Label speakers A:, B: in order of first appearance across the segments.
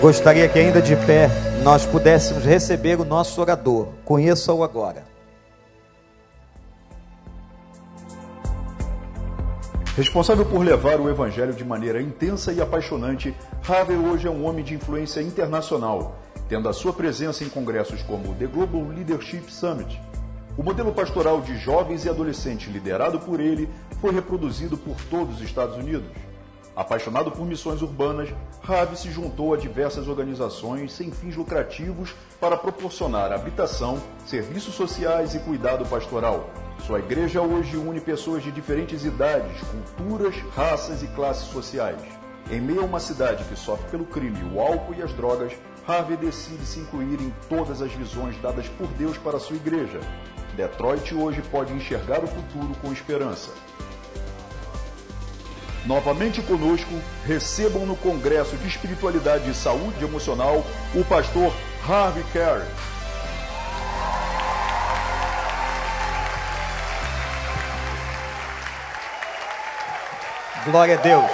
A: Gostaria que ainda de pé nós pudéssemos receber o nosso orador. Conheça-o agora.
B: Responsável por levar o evangelho de maneira intensa e apaixonante, Havel hoje é um homem de influência internacional, tendo a sua presença em congressos como o The Global Leadership Summit. O modelo pastoral de jovens e adolescentes liderado por ele foi reproduzido por todos os Estados Unidos. Apaixonado por missões urbanas, Ravi se juntou a diversas organizações sem fins lucrativos para proporcionar habitação, serviços sociais e cuidado pastoral. Sua igreja hoje une pessoas de diferentes idades, culturas, raças e classes sociais. Em meio a uma cidade que sofre pelo crime, o álcool e as drogas, Harvey decide se incluir em todas as visões dadas por Deus para sua igreja. Detroit hoje pode enxergar o futuro com esperança. Novamente conosco, recebam no Congresso de Espiritualidade e Saúde Emocional o pastor Harvey Carey.
A: Glória a Deus.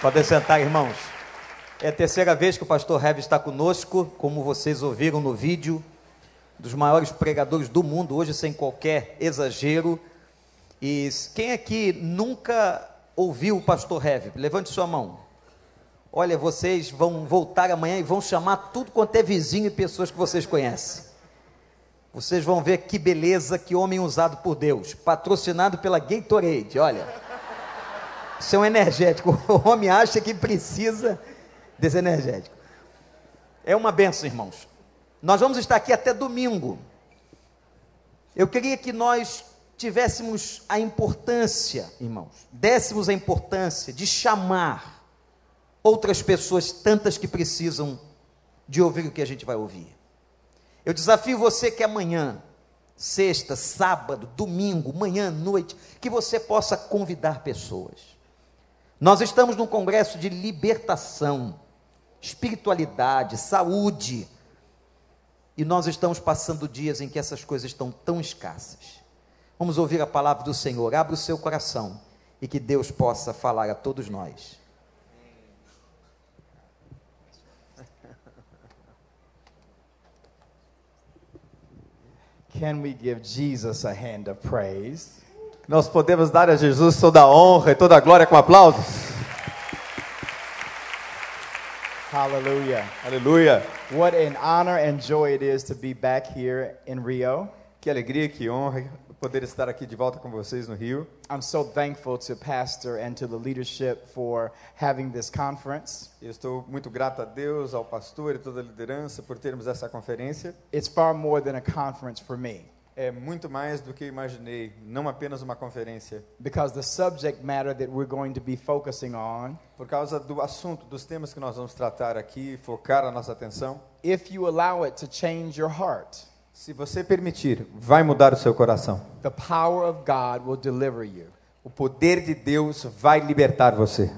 A: Pode sentar, irmãos. É a terceira vez que o pastor Harvey está conosco, como vocês ouviram no vídeo dos maiores pregadores do mundo hoje, sem qualquer exagero. E quem aqui nunca ouviu o pastor Heavy? Levante sua mão. Olha, vocês vão voltar amanhã e vão chamar tudo quanto é vizinho e pessoas que vocês conhecem. Vocês vão ver que beleza, que homem usado por Deus, patrocinado pela Gatorade, olha. Isso é um energético. O homem acha que precisa desse energético. É uma benção, irmãos. Nós vamos estar aqui até domingo. Eu queria que nós tivéssemos a importância, irmãos, dessemos a importância de chamar outras pessoas, tantas que precisam de ouvir o que a gente vai ouvir. Eu desafio você que amanhã, sexta, sábado, domingo, manhã, noite, que você possa convidar pessoas. Nós estamos num congresso de libertação, espiritualidade, saúde, e nós estamos passando dias em que essas coisas estão tão escassas. Vamos ouvir a palavra do Senhor. Abra o seu coração e que Deus possa falar a todos nós.
C: Can we give Jesus a hand of praise?
D: Nós podemos dar a Jesus toda a honra e toda a glória com aplausos.
C: Hallelujah.
D: Aleluia.
C: What an honor and joy it is to be back here in Rio.
D: Que alegria, que honra poder estar aqui de volta com vocês no Rio.
C: I'm so thankful to Pastor and to the leadership for having this conference.
D: Eu estou muito grato a Deus, ao pastor e toda a liderança por termos essa conferência.
C: It's far more than a conference for me
D: É muito mais do que eu imaginei, não apenas uma conferência.
C: because the subject matter that we're going to be focusing on,
D: Por causa do assunto, dos temas que nós vamos tratar aqui, focar a nossa atenção.
C: if you allow it to change your heart,
D: Se você permitir, vai mudar o seu coração.
C: the power of God will deliver you.
D: O poder de Deus vai libertar você.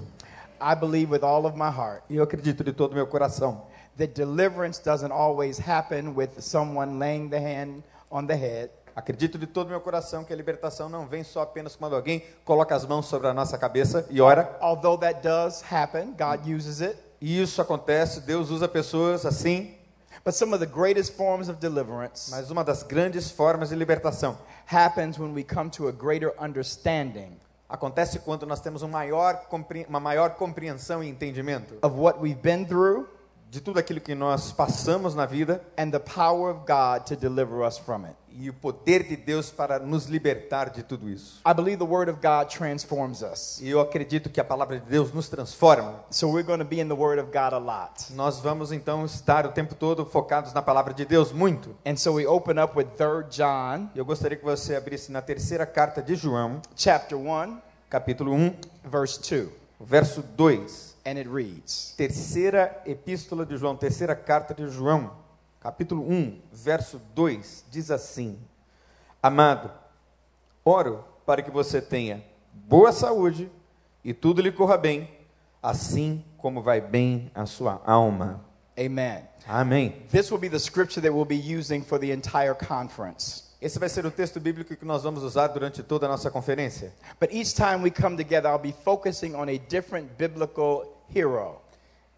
C: I believe with all of my heart
D: E eu acredito de todo o meu coração
C: that deliverance doesn't always happen with someone laying the hand on the head.
D: Acredito de todo meu coração que a libertação não vem só apenas quando alguém coloca as mãos sobre a nossa cabeça e ora.
C: Although that does happen, God uses it.
D: E isso acontece, Deus usa pessoas assim,
C: But some of the greatest forms of deliverance
D: mas uma das grandes formas de libertação
C: happens when we come to a greater understanding
D: acontece quando nós temos um maior compre- uma maior compreensão e entendimento
C: of what we've been through
D: de tudo aquilo que nós passamos na vida
C: and the power of God to deliver us from it.
D: e o poder de Deus para nos libertar de tudo isso.
C: I believe the word of God transforms us.
D: E eu acredito que a palavra de Deus nos transforma.
C: So we're going to be in the word of God a lot.
D: Nós vamos então estar o tempo todo focados na palavra de Deus muito.
C: And so we open up with 3 John
D: Eu gostaria que você abrisse na terceira carta de João,
C: chapter 1
D: capítulo 1,
C: verse 2
D: verso 2.
C: and it reads,
D: Terceira epístola de João, terceira carta de João, capítulo 1, verso 2, diz assim: Amado, oro para que você tenha boa saúde e tudo lhe corra bem, assim como vai bem a sua alma.
C: amen.
D: Amém.
C: This will be the scripture that we'll be using for the entire conference.
D: Esse vai ser o texto bíblico que nós vamos usar durante toda a nossa conferência.
C: But each time we come together, I'll be focusing on a different biblical hero.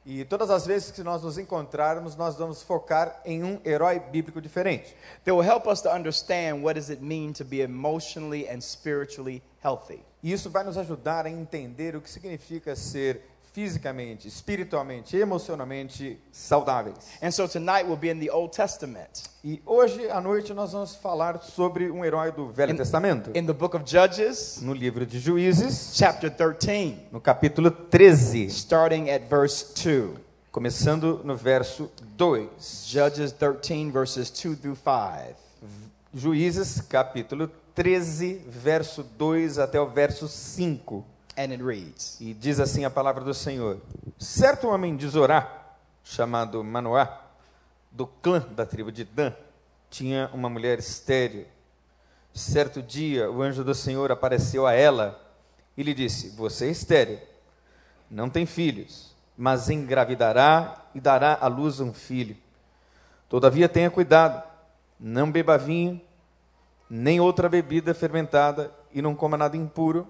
D: E todas as vezes que nós nos encontrarmos, nós vamos focar em um herói bíblico diferente,
C: that will help us to understand what does it mean to be emotionally and spiritually healthy.
D: E isso vai nos ajudar a entender o que significa ser fisicamente, espiritualmente, emocionalmente saudáveis.
C: And so tonight we'll be in the Old Testament.
D: E hoje à noite nós vamos falar sobre um herói do Velho
C: In-
D: Testamento,
C: In the book of Judges,
D: no livro de Juízes,
C: chapter 13,
D: no capítulo 13,
C: starting at verse 2.
D: começando no verso 2.
C: Judges 13, verses 2 through 5.
D: Juízes, capítulo 13, verso 2 até o verso 5.
C: And it reads
D: E diz assim a palavra do Senhor: Certo homem de Zorá, chamado Manoá, do clã da tribo de Dan, tinha uma mulher estéril. Certo dia, o anjo do Senhor apareceu a ela e lhe disse: Você é estéril, não tem filhos, mas engravidará e dará à luz um filho. Todavia tenha cuidado, não beba vinho, nem outra bebida fermentada, e não coma nada impuro,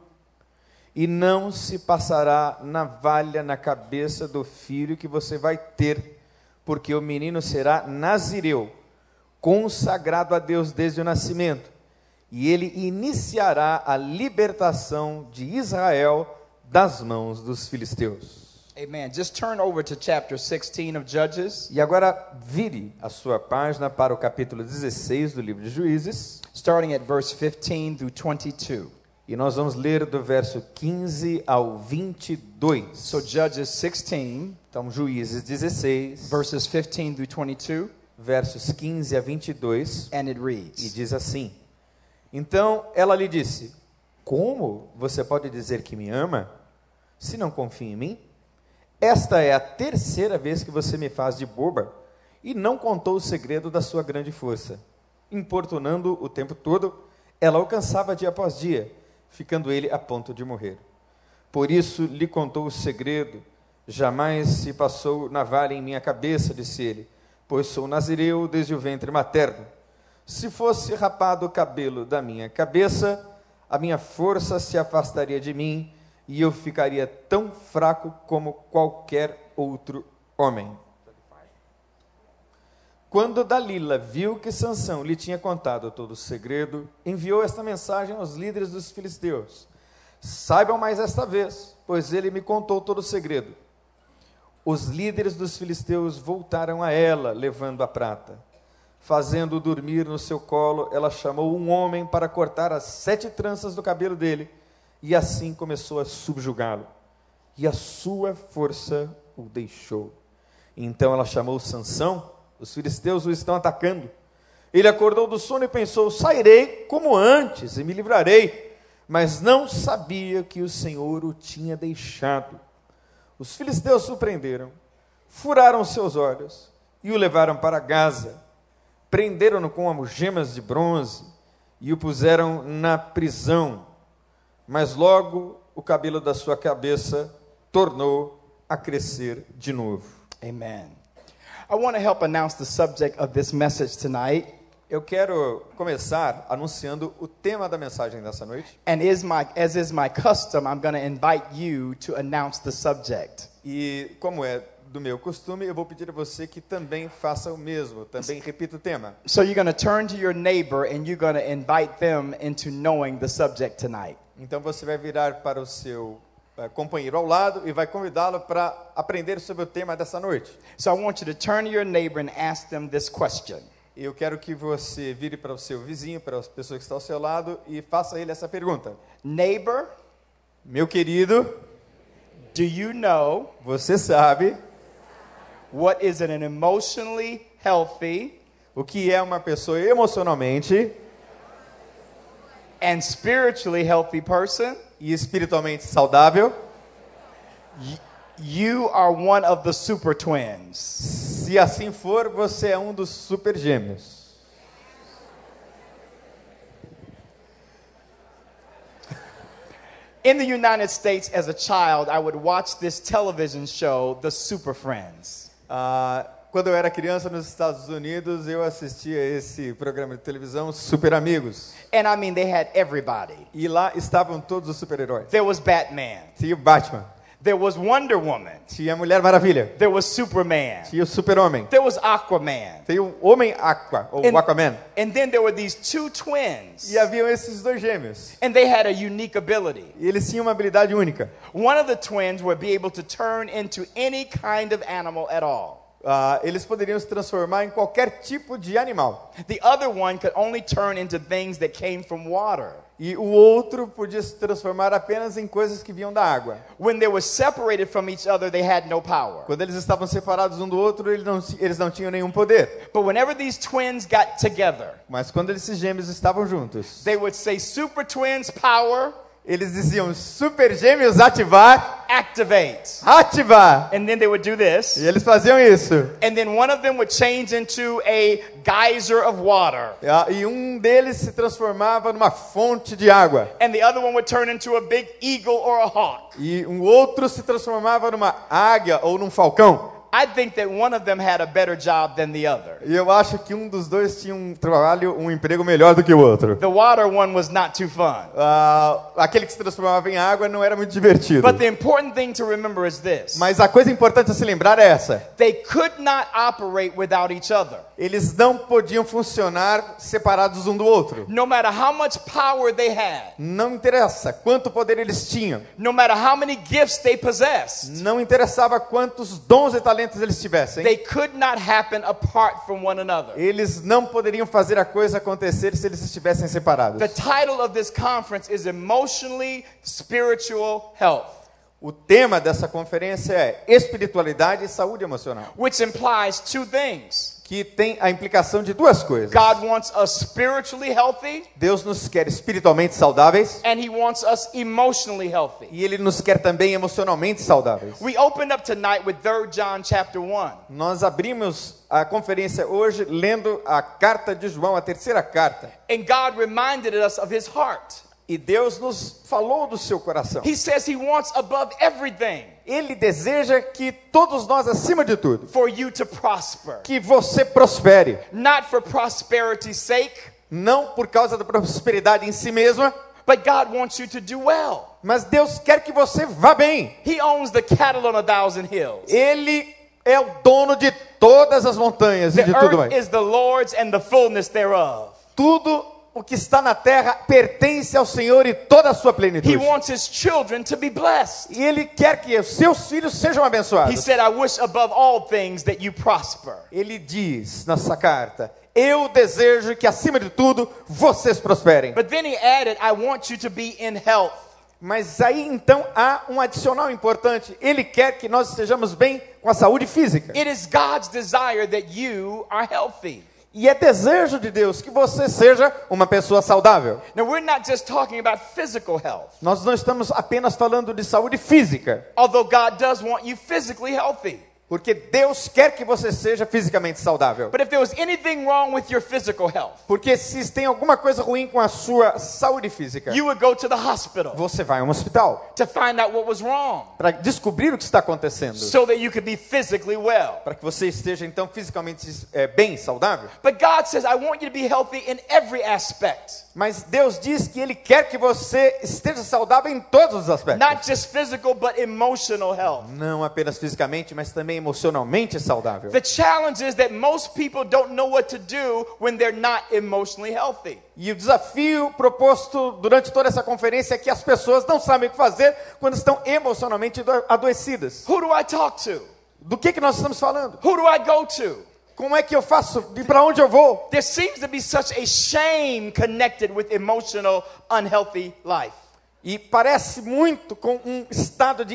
D: e não se passará navalha na cabeça do filho que você vai ter, porque o menino será nazireu, consagrado a Deus desde o nascimento, e ele iniciará a libertação de Israel das mãos dos filisteus.
C: Amen. Just turn over to chapter 16 of Judges,
D: E agora vire a sua página para o capítulo 16 do livro de Juízes,
C: starting at verse 15 through 22.
D: e nós vamos ler do verso 15 ao 22.
C: So, Judges 16,
D: Então, Juízes 16,
C: verses 15 through 22,
D: versos 15 a 22,
C: and it
D: e
C: reads
D: diz assim: Então ela lhe disse: Como você pode dizer que me ama, se não confia em mim? Esta é a terceira vez que você me faz de boba e não contou o segredo da sua grande força. Importunando o tempo todo, ela alcançava dia após dia, ficando ele a ponto de morrer. Por isso lhe contou o segredo. Jamais se passou navalha em minha cabeça, disse ele, pois sou nazireu desde o ventre materno. Se fosse rapado o cabelo da minha cabeça, a minha força se afastaria de mim e eu ficaria tão fraco como qualquer outro homem. Quando Dalila viu que Sansão lhe tinha contado todo o segredo, enviou esta mensagem aos líderes dos filisteus: Saibam mais esta vez, pois ele me contou todo o segredo. Os líderes dos filisteus voltaram a ela, levando a prata. Fazendo-o dormir no seu colo, ela chamou um homem para cortar as sete tranças do cabelo dele, e assim começou a subjugá-lo. E a sua força o deixou. Então ela chamou Sansão, os filisteus o estão atacando. Ele acordou do sono e pensou: sairei como antes e me livrarei. Mas não sabia que o Senhor o tinha deixado. Os filisteus surpreenderam, furaram seus olhos e o levaram para Gaza. Prenderam-no com algemas de bronze e o puseram na prisão. Mas logo o cabelo da sua cabeça tornou a crescer de novo.
C: Amen. I want to help announce the subject of this message tonight,
D: Eu quero começar anunciando o tema da mensagem dessa noite.
C: and is my, as is my custom, I'm going to invite you to announce the subject.
D: E, como é do meu costume, eu vou pedir a você que também faça o mesmo, também repita o tema.
C: So you're going to turn to your neighbor and you're going to invite them into knowing the subject tonight.
D: Então você vai virar para o seu eh, companheiro ao lado e vai convidá-lo para aprender sobre o tema dessa noite.
C: So I want you to turn to your neighbor and ask them this question
D: E eu quero que você vire para o seu vizinho, para as pessoas que estão ao seu lado e faça a ele essa pergunta.
C: Neighbor,
D: Meu querido,
C: do you know
D: você sabe
C: what is an emotionally healthy
D: o que é uma pessoa emocionalmente
C: and spiritually healthy person?
D: e espiritualmente saudável?
C: You are one of the super twins.
D: Se assim for, você é um dos super gêmeos.
C: In the United States, as a child, I would watch this television show, The Super Friends.
D: Ah, Quando eu era criança nos Estados Unidos, eu assistia esse programa de televisão Super Amigos.
C: And I mean, they had everybody.
D: E lá estavam todos os super-heróis.
C: There was Batman,
D: Tinha o Batman,
C: there was Wonder Woman,
D: tinha a Mulher Maravilha,
C: there was Superman,
D: tinha o Super-Homem,
C: there was Aquaman.
D: tinha o Homem Aqua, ou
C: And-
D: o Aquaman.
C: And then there were these two twins,
D: E haviam esses dois gêmeos.
C: and they had a unique ability.
D: E eles tinham uma habilidade única.
C: One of the twins would be able to turn into any kind of animal at all.
D: Ah, eles poderiam se transformar em qualquer tipo de animal.
C: The other one could only turn into things that came from water.
D: E o outro podia se transformar apenas em coisas que vinham da água.
C: When they were separated from each other, they had no power.
D: Quando eles estavam separados um do outro, eles não, ti- eles não tinham nenhum poder.
C: But whenever these twins got together,
D: Mas quando esses gêmeos estavam juntos,
C: they would say, Super Twins Power,
D: eles diziam: Super Gêmeos, ativar,
C: activate.
D: ativar!
C: And then they would do
D: E
C: this.
D: eles faziam isso.
C: And then one of them would change into a geyser of water.
D: Ah, E um deles se transformava numa fonte de água.
C: And the other one would turn into a big eagle or a hawk.
D: E um outro se transformava numa águia ou num falcão.
C: I think that one of them had a better job than the other.
D: E eu acho que um dos dois tinha um trabalho, um emprego melhor do que o outro.
C: The water one was not too fun.
D: Ah, aquele que se transformava em água não era muito divertido.
C: But the important thing to remember is this
D: Mas a coisa importante a se lembrar é essa.
C: they could not operate without each other.
D: Eles não podiam funcionar separados um do outro.
C: No matter how much power they had,
D: Não interessa quanto poder eles tinham.
C: no matter how many gifts they possessed,
D: Não interessava quantos dons e talentos eles tivessem.
C: they could not happen apart from one another.
D: Eles não poderiam fazer a coisa acontecer se eles estivessem separados.
C: The title of this conference is Emotionally Spiritual Health,
D: O tema dessa conferência é espiritualidade e saúde emocional,
C: which implies two things
D: que tem a implicação de duas coisas.
C: God wants us spiritually healthy,
D: Deus nos quer espiritualmente saudáveis
C: and He wants us emotionally healthy.
D: e ele nos quer também emocionalmente saudáveis.
C: We opened up tonight with 3 John chapter 1.
D: Nós abrimos a conferência hoje lendo a carta de João, a terceira carta.
C: And God reminded us of his heart.
D: E Deus nos falou do seu coração.
C: He says he wants above everything
D: Ele deseja que todos nós, acima de tudo,
C: for you to prosper.
D: que você prospere,
C: Not for prosperity's sake,
D: não por causa da prosperidade em si mesma,
C: but God wants you to do well.
D: mas Deus quer que você vá bem.
C: He owns the cattle on a thousand hills.
D: Ele é o dono de todas as montanhas e
C: The
D: de tudo
C: earth
D: mais.
C: is the Lord's and the fullness thereof.
D: Tudo o que está na terra pertence ao Senhor e toda a sua
C: He
D: plenitude.
C: wants his children to be blessed.
D: E ele quer que os seus filhos sejam
C: He
D: abençoados.
C: said, I wish above all things that you prosper.
D: Ele diz nessa carta: Eu desejo que, acima de tudo, vocês prosperem.
C: But then he added, I want you to be in health.
D: Mas aí então há um adicional importante: Ele quer que nós estejamos bem com a saúde física.
C: It is God's desire that you are healthy.
D: E é desejo de Deus que você seja uma pessoa saudável.
C: Now, we're not just talking about physical health,
D: Nós não estamos apenas falando de saúde física,
C: although God does want you physically healthy.
D: porque Deus quer que você seja fisicamente saudável.
C: But if there was anything wrong with your physical health,
D: Porque se tem alguma coisa ruim com a sua saúde física,
C: you would go to the hospital
D: você vai a um hospital
C: to find out what was wrong
D: para descobrir o que está acontecendo.
C: so that you could be physically well.
D: para que você esteja então fisicamente eh, bem, saudável.
C: But God says, I want you to be healthy in every aspect,
D: Mas Deus diz que Ele quer que você esteja saudável em todos os aspectos.
C: not just physical, but emotional health.
D: Não apenas fisicamente, mas também emocionalmente saudável.
C: The challenge is that most people don't know what to do when they're not emotionally healthy.
D: E o desafio proposto durante toda essa conferência é que as pessoas não sabem o que fazer quando estão emocionalmente ado- adoecidas.
C: Who do I talk to?
D: Do que, que nós estamos falando?
C: Who do I go to?
D: Como é que eu faço? E para onde eu vou?
C: There seems to be such a shame connected with emotional, unhealthy life.
D: E parece muito com um estado de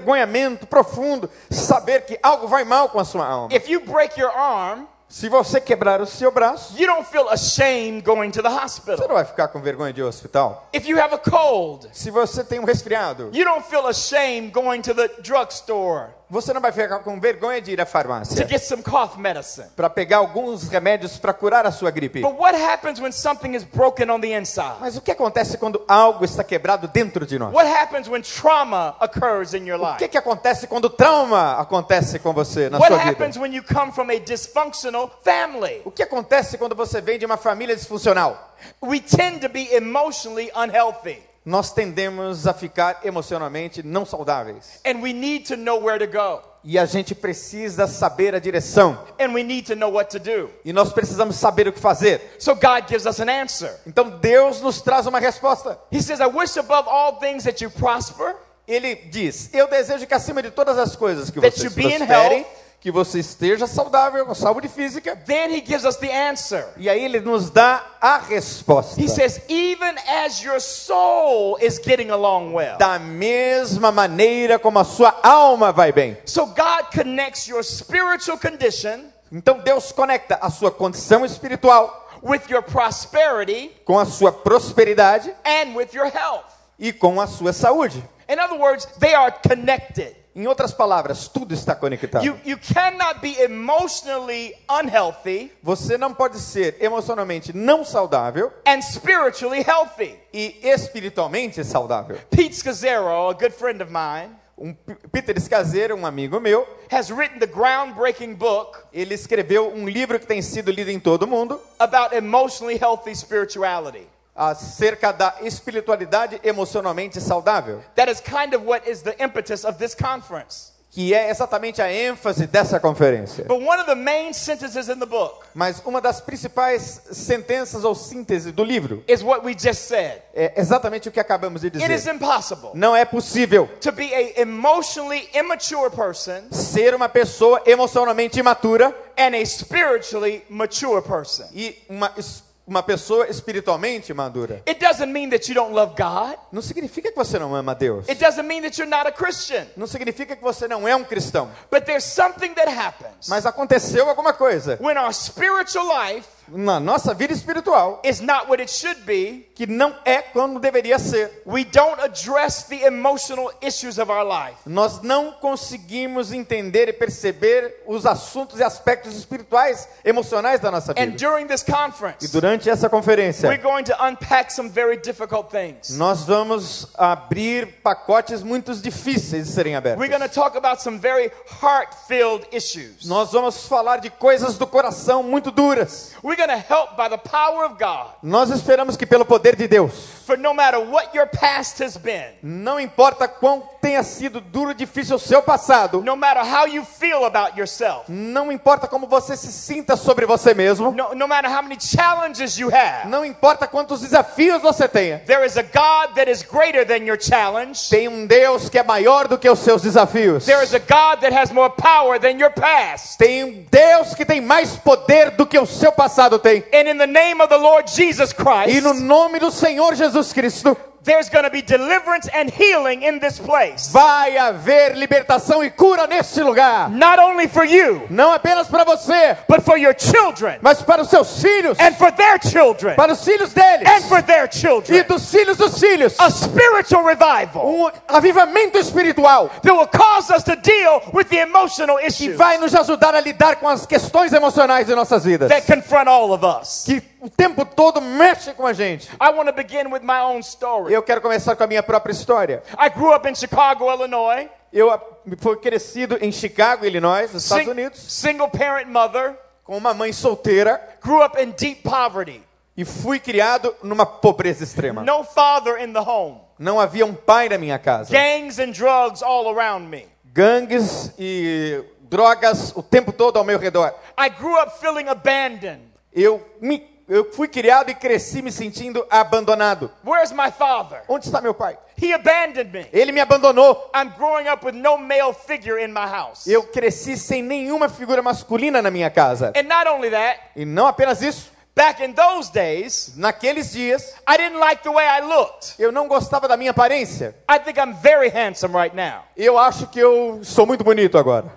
D: envergonhamento profundo saber que algo vai mal com a sua alma.
C: If you break your arm,
D: Se você quebrar o seu braço,
C: you don't feel ashamed going to the
D: você
C: hospital.
D: não vai ficar com vergonha de ir ao hospital.
C: If you have a cold,
D: Se você tem um resfriado,
C: you don't feel ashamed going to the drugstore.
D: Você não vai ficar com vergonha de ir à
C: to
D: farmácia
C: get some cough medicine.
D: para pegar alguns remédios para curar a sua gripe.
C: But what happens when something is broken on the inside?
D: Mas o que acontece quando algo está quebrado dentro de nós?
C: What happens when trauma occurs in your
D: O que,
C: life?
D: que acontece quando trauma acontece com você na
C: What
D: sua vida?
C: happens when you come from a dysfunctional family?
D: O que acontece quando você vem de uma família disfuncional?
C: We tend to be emotionally unhealthy,
D: Nós tendemos a ficar emocionalmente não saudáveis.
C: and we need to know where to go,
D: E a gente precisa saber a direção.
C: and we need to know what to do.
D: E nós precisamos saber o que fazer.
C: So God gives us an answer.
D: Então Deus nos traz uma resposta.
C: He says, I wish above all things that you prosper,
D: Ele diz: Eu desejo que acima de todas as coisas que
C: That
D: vocês
C: you be in
D: prosperem,
C: health.
D: que você esteja saudável, com saúde física.
C: Then he gives us the answer.
D: E aí ele nos dá a resposta.
C: He says, even as your soul is getting along well.
D: da mesma maneira como a sua alma vai bem.
C: So God connects your spiritual condition
D: Então Deus conecta a sua condição espiritual
C: with your prosperity
D: com a sua prosperidade
C: and with your health.
D: e com a sua saúde.
C: In other words, they are connected.
D: Em outras palavras, tudo está conectado.
C: You, you cannot be emotionally unhealthy
D: Você não pode ser emocionalmente não saudável
C: and spiritually healthy.
D: e espiritualmente saudável.
C: Pete Scazzaro, a good friend of mine,
D: Um P- Peter Scazer, um amigo meu,
C: has written the groundbreaking book
D: ele escreveu um livro que tem sido lido em todo o mundo
C: about emotionally healthy spirituality.
D: acerca da espiritualidade emocionalmente saudável,
C: That is kind of what is the impetus of this conference.
D: que é exatamente a ênfase dessa conferência.
C: But one of the main sentences in the book
D: Mas uma das principais sentenças ou síntese do livro
C: is what we just said.
D: é exatamente o que acabamos de
C: It is
D: dizer.
C: impossible
D: Não é possível
C: to be a emotionally immature person
D: ser uma pessoa emocionalmente imatura
C: and a spiritually mature person.
D: e uma, es- uma pessoa espiritualmente madura.
C: It doesn't mean that you don't love God.
D: Não significa que você não ama Deus.
C: It doesn't mean that you're not a Christian.
D: Não significa que você não é um cristão.
C: But there's something that happens
D: Mas aconteceu alguma coisa
C: when our spiritual life
D: na nossa vida espiritual
C: is not what it should be.
D: que não é como deveria ser.
C: We don't address the emotional issues of our life.
D: Nós não conseguimos entender e perceber os assuntos e aspectos espirituais, emocionais da nossa vida.
C: And during this
D: E
C: conference,
D: durante essa conferência,
C: we're going to unpack some very difficult things.
D: nós vamos abrir pacotes muito difíceis de serem abertos.
C: We're going to talk about some very heart-filled issues.
D: Nós vamos falar de coisas do coração muito duras.
C: We're going to help by the power of God.
D: Nós esperamos que, pelo poder de Deus,
C: For no matter what your past has been,
D: não importa quão tenha sido duro e difícil o seu passado,
C: no matter how you feel about yourself,
D: não importa como você se sinta sobre você mesmo,
C: no, no matter how many challenges you have,
D: não importa quantos desafios você tenha,
C: there is a God that is greater than your challenge.
D: tem um Deus que é maior do que os seus desafios.
C: There is a God that has more power than your past.
D: Tem um Deus que tem mais poder do que o seu passado tem.
C: And in the name of the Lord Jesus
D: E
C: Christ,
D: no nome do Senhor Jesus Cristo,
C: there's going to be deliverance and healing in this place.
D: vai haver libertação e cura neste lugar.
C: Not only for you,
D: Não apenas para você,
C: but for your children,
D: mas para os seus filhos,
C: and for their children,
D: para os filhos deles
C: and for their
D: e
C: children.
D: dos filhos dos filhos.
C: A spiritual revival
D: Um avivamento espiritual
C: that will cause us to deal with the emotional
D: que
C: issues.
D: vai nos ajudar a lidar com as questões emocionais de nossas vidas,
C: that confront all of us.
D: que o tempo todo mexe com a gente.
C: I want to begin with my own story.
D: Eu quero começar com a minha própria história.
C: I grew up in Chicago, Illinois,
D: Eu a- fui crescido em Chicago, Illinois, nos Estados Unidos,
C: single parent mother,
D: com uma mãe solteira
C: grew up in deep poverty,
D: e fui criado numa pobreza extrema.
C: no father in the home,
D: Não havia um pai na minha casa.
C: gangs and drugs all around me.
D: Gangues e drogas o tempo todo ao meu redor.
C: I grew up feeling abandoned.
D: Eu, me, eu fui criado e cresci me sentindo abandonado.
C: Where's my father?
D: Onde está meu pai?
C: He abandoned me.
D: Ele me abandonou.
C: I'm growing up with no male figure in my house.
D: Eu cresci sem nenhuma figura masculina na minha casa.
C: And not only that,
D: E não apenas isso,
C: back in those days,
D: naqueles dias
C: I didn't like the way I looked.
D: eu não gostava da minha aparência.
C: I think I'm very handsome right now.
D: Eu acho que eu sou muito bonito agora.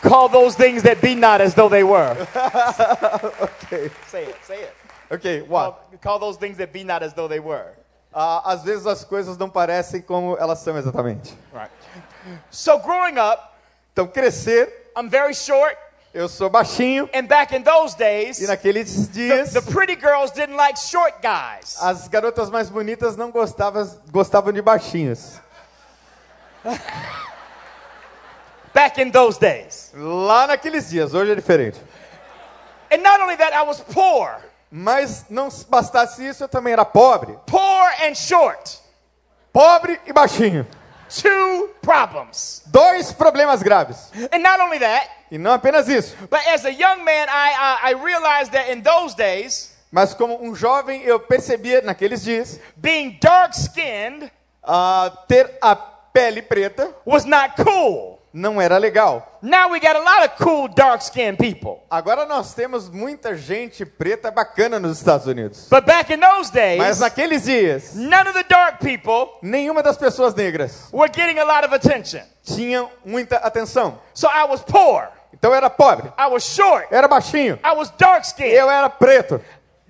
C: Call those things that be not as though they were. Say it, say it.
D: Ok,
C: Call,
D: what?
C: call those things that be not as though they were.
D: Ah, às vezes as coisas não parecem como elas são exatamente.
C: Right. So growing up,
D: Então, crescer,
C: I'm very short,
D: eu sou baixinho,
C: and back in those
D: e
C: days,
D: naqueles dias,
C: the, the pretty girls didn't like short guys.
D: as garotas mais bonitas não gostavam, gostavam de baixinhos.
C: Back in those days.
D: Lá naqueles dias, hoje é diferente.
C: And not only that, I was poor,
D: Mas não se bastasse isso, eu também era pobre.
C: poor and short.
D: Pobre e baixinho.
C: Two problems.
D: Dois problemas graves.
C: And not only that,
D: E não apenas isso,
C: but as a young man, I, I, I realized that in those days,
D: mas como um jovem, eu percebia naqueles dias
C: being dark skinned
D: ah, ter a pele preta
C: was not cool.
D: não era legal.
C: Now we got a lot of cool dark skinned people.
D: Agora nós temos muita gente preta bacana nos Estados Unidos.
C: But back in those
D: Mas
C: days,
D: naqueles dias,
C: none of the dark people
D: nenhuma das pessoas negras
C: were getting a lot of attention.
D: tinha muita atenção.
C: So I was poor,
D: Então eu era pobre,
C: I was short,
D: eu era baixinho,
C: I was dark skinned.
D: eu era preto.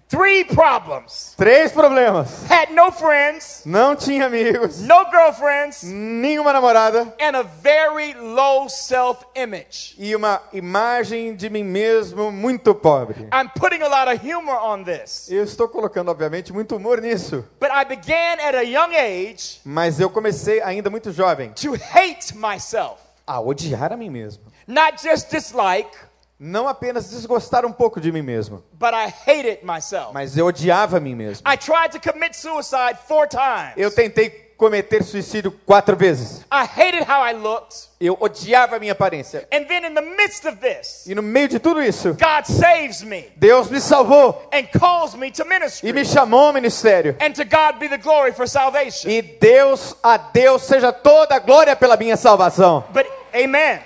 C: Three problems.
D: Três problemas.
C: Had no friends,
D: Não tinha amigos,
C: no girlfriends,
D: nenhuma namorada
C: and a very low self image.
D: e uma imagem de mim mesmo muito pobre.
C: I'm putting a lot of humor on this.
D: Eu estou colocando, obviamente, muito humor nisso,
C: But I began at a young age
D: mas eu comecei ainda muito jovem
C: to hate myself.
D: a odiar a mim mesmo.
C: Not just dislike,
D: Não apenas desgostar um pouco de mim mesmo,
C: but I hated myself.
D: mas eu odiava a mim mesmo.
C: I tried to commit suicide four times.
D: Eu tentei cometer suicídio quatro vezes.
C: I hated how I looked.
D: Eu odiava a minha aparência.
C: And then in the midst of this,
D: E no meio de tudo isso,
C: God saves me
D: Deus me salvou
C: and calls me to
D: e
C: ministry.
D: me chamou ao ministério.
C: And to God be the glory for salvation.
D: E Deus, a Deus seja toda a glória pela minha salvação.
C: But amen.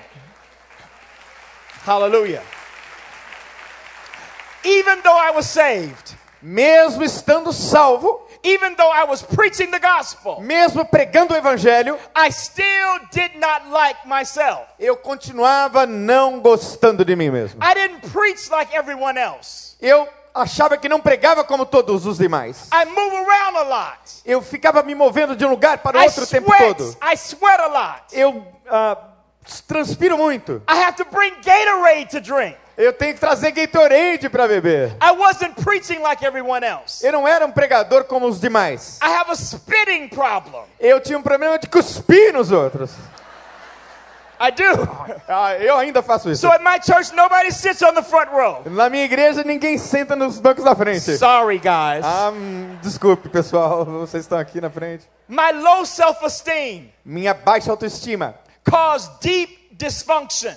C: Hallelujah. Even though I was saved,
D: Mesmo estando salvo,
C: even though I was preaching the gospel,
D: mesmo pregando o evangelho,
C: I still did not like myself.
D: eu continuava não gostando de mim mesmo.
C: I didn't preach like everyone else.
D: Eu achava que não pregava como todos os demais.
C: I move around a lot.
D: Eu ficava me movendo de um lugar para
C: I
D: outro o tempo
C: sweat.
D: todo.
C: I sweat a lot.
D: Eu ah, transpiro muito.
C: I have to bring Gatorade to drink.
D: Eu tenho que trazer Gatorade para beber.
C: I wasn't preaching like everyone else.
D: Eu não era um pregador como os demais.
C: I have a spitting problem.
D: Eu tinha um problema de cuspir nos outros.
C: I do.
D: Ah, eu ainda faço isso.
C: So at my church, nobody sits on the front row.
D: Na minha igreja, ninguém senta nos bancos da frente.
C: Sorry, guys.
D: Ah, hum, desculpe, pessoal. Vocês estão aqui na frente.
C: My low self esteem
D: Minha baixa autoestima
C: caused deep dysfunction.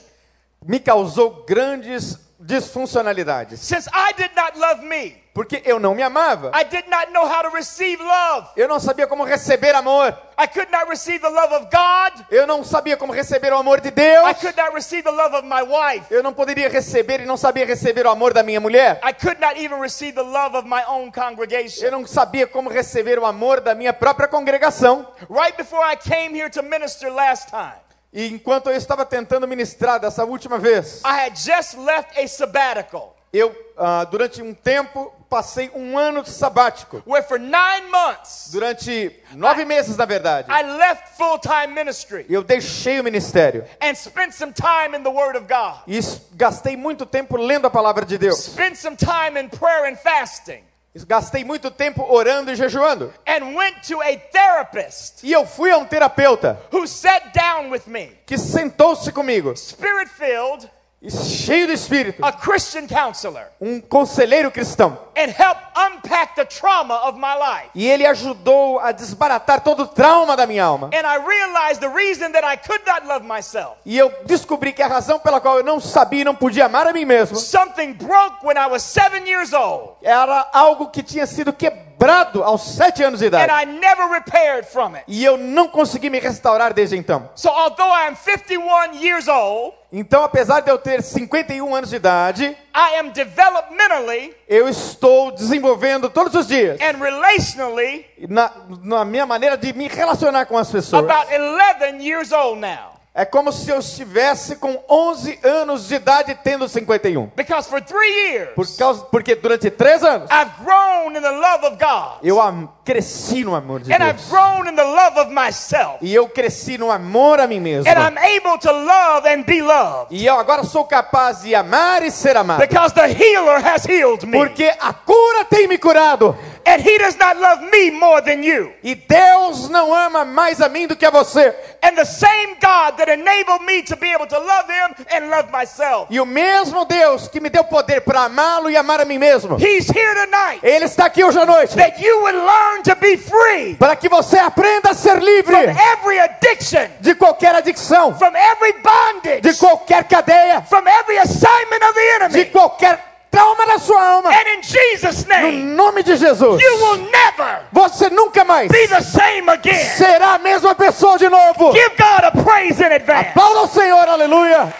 D: me causou grandes disfuncionalidades.
C: Since I did not love me,
D: Porque eu não me amava.
C: I did not know how to receive love.
D: Eu não sabia como receber amor.
C: I could not receive the love of God.
D: Eu não sabia como receber o amor de Deus.
C: I could not receive the love of my wife.
D: Eu não poderia receber e não sabia receber o amor da minha mulher.
C: I could not even receive the love of my own
D: Eu
C: congregation.
D: não sabia como receber o amor da minha própria congregação.
C: Right before I came here to minister last time,
D: E enquanto eu estava tentando ministrar dessa última vez,
C: I had just left a sabbatical
D: eu, ah, durante um tempo, passei um ano de sabático.
C: where for nine months
D: Durante nove meses, na verdade.
C: I left full time ministry
D: Eu deixei o ministério.
C: and spent some time in the Word of God,
D: E es- gastei muito tempo lendo a palavra de Deus.
C: spent some time in prayer and fasting,
D: Gastei muito tempo orando e jejuando.
C: and went to a therapist
D: E eu fui a um terapeuta
C: who sat down with me,
D: que sentou-se comigo,
C: spirit filled,
D: cheio do espírito,
C: a Christian counselor,
D: um conselheiro cristão.
C: and helped unpack the trauma of my life.
D: E ele ajudou a desbaratar todo o trauma da minha alma.
C: And I realized the reason that I could not love myself.
D: E eu descobri que a razão pela qual eu não sabia e não podia amar a mim mesmo
C: Something broke when I was seven years old,
D: era algo que tinha sido quebrado aos sete anos de
C: and
D: idade.
C: I never repaired from it.
D: E eu não consegui me restaurar desde então.
C: So, although I am 51 years old,
D: Então, apesar de eu ter 51 anos de idade,
C: I am developmentally
D: eu estou desenvolvendo todos os dias
C: and relationally
D: na, na minha maneira de me relacionar com as pessoas.
C: about 11 years old now.
D: É como se eu estivesse com 11 anos de idade tendo 51.
C: Because for three years,
D: Por causa, porque durante três anos
C: I've grown in the love of God.
D: eu am- cresci no amor de
C: And I've
D: Deus.
C: grown in the love of myself.
D: E eu cresci no amor a mim mesmo.
C: And I'm able to love and be loved.
D: E eu agora sou capaz de amar e ser amado.
C: Because the healer has healed me.
D: Porque a cura tem me curado.
C: And he does not love me more than you.
D: E Deus não ama mais a mim do que a você.
C: And the same God that enabled me to be able to love him and love myself.
D: E o mesmo Deus que me deu poder para amá-lo e amar a mim mesmo.
C: He's here tonight
D: Ele está aqui hoje à noite.
C: that you would learn to be free
D: Para que você aprenda a ser livre
C: from every addiction,
D: de qualquer adicção,
C: from every bondage,
D: de qualquer cadeia,
C: from every assignment of the
D: de
C: enemy.
D: qualquer trauma da sua alma.
C: And in Jesus'
D: No
C: name,
D: nome de Jesus.
C: you will never
D: Você nunca mais
C: be the same again.
D: será a mesma pessoa de novo.
C: Give God a praise in advance.
D: Aplauda o Senhor, aleluia.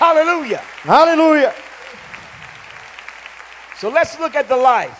C: Hallelujah.
D: Aleluia.
C: So let's look at the life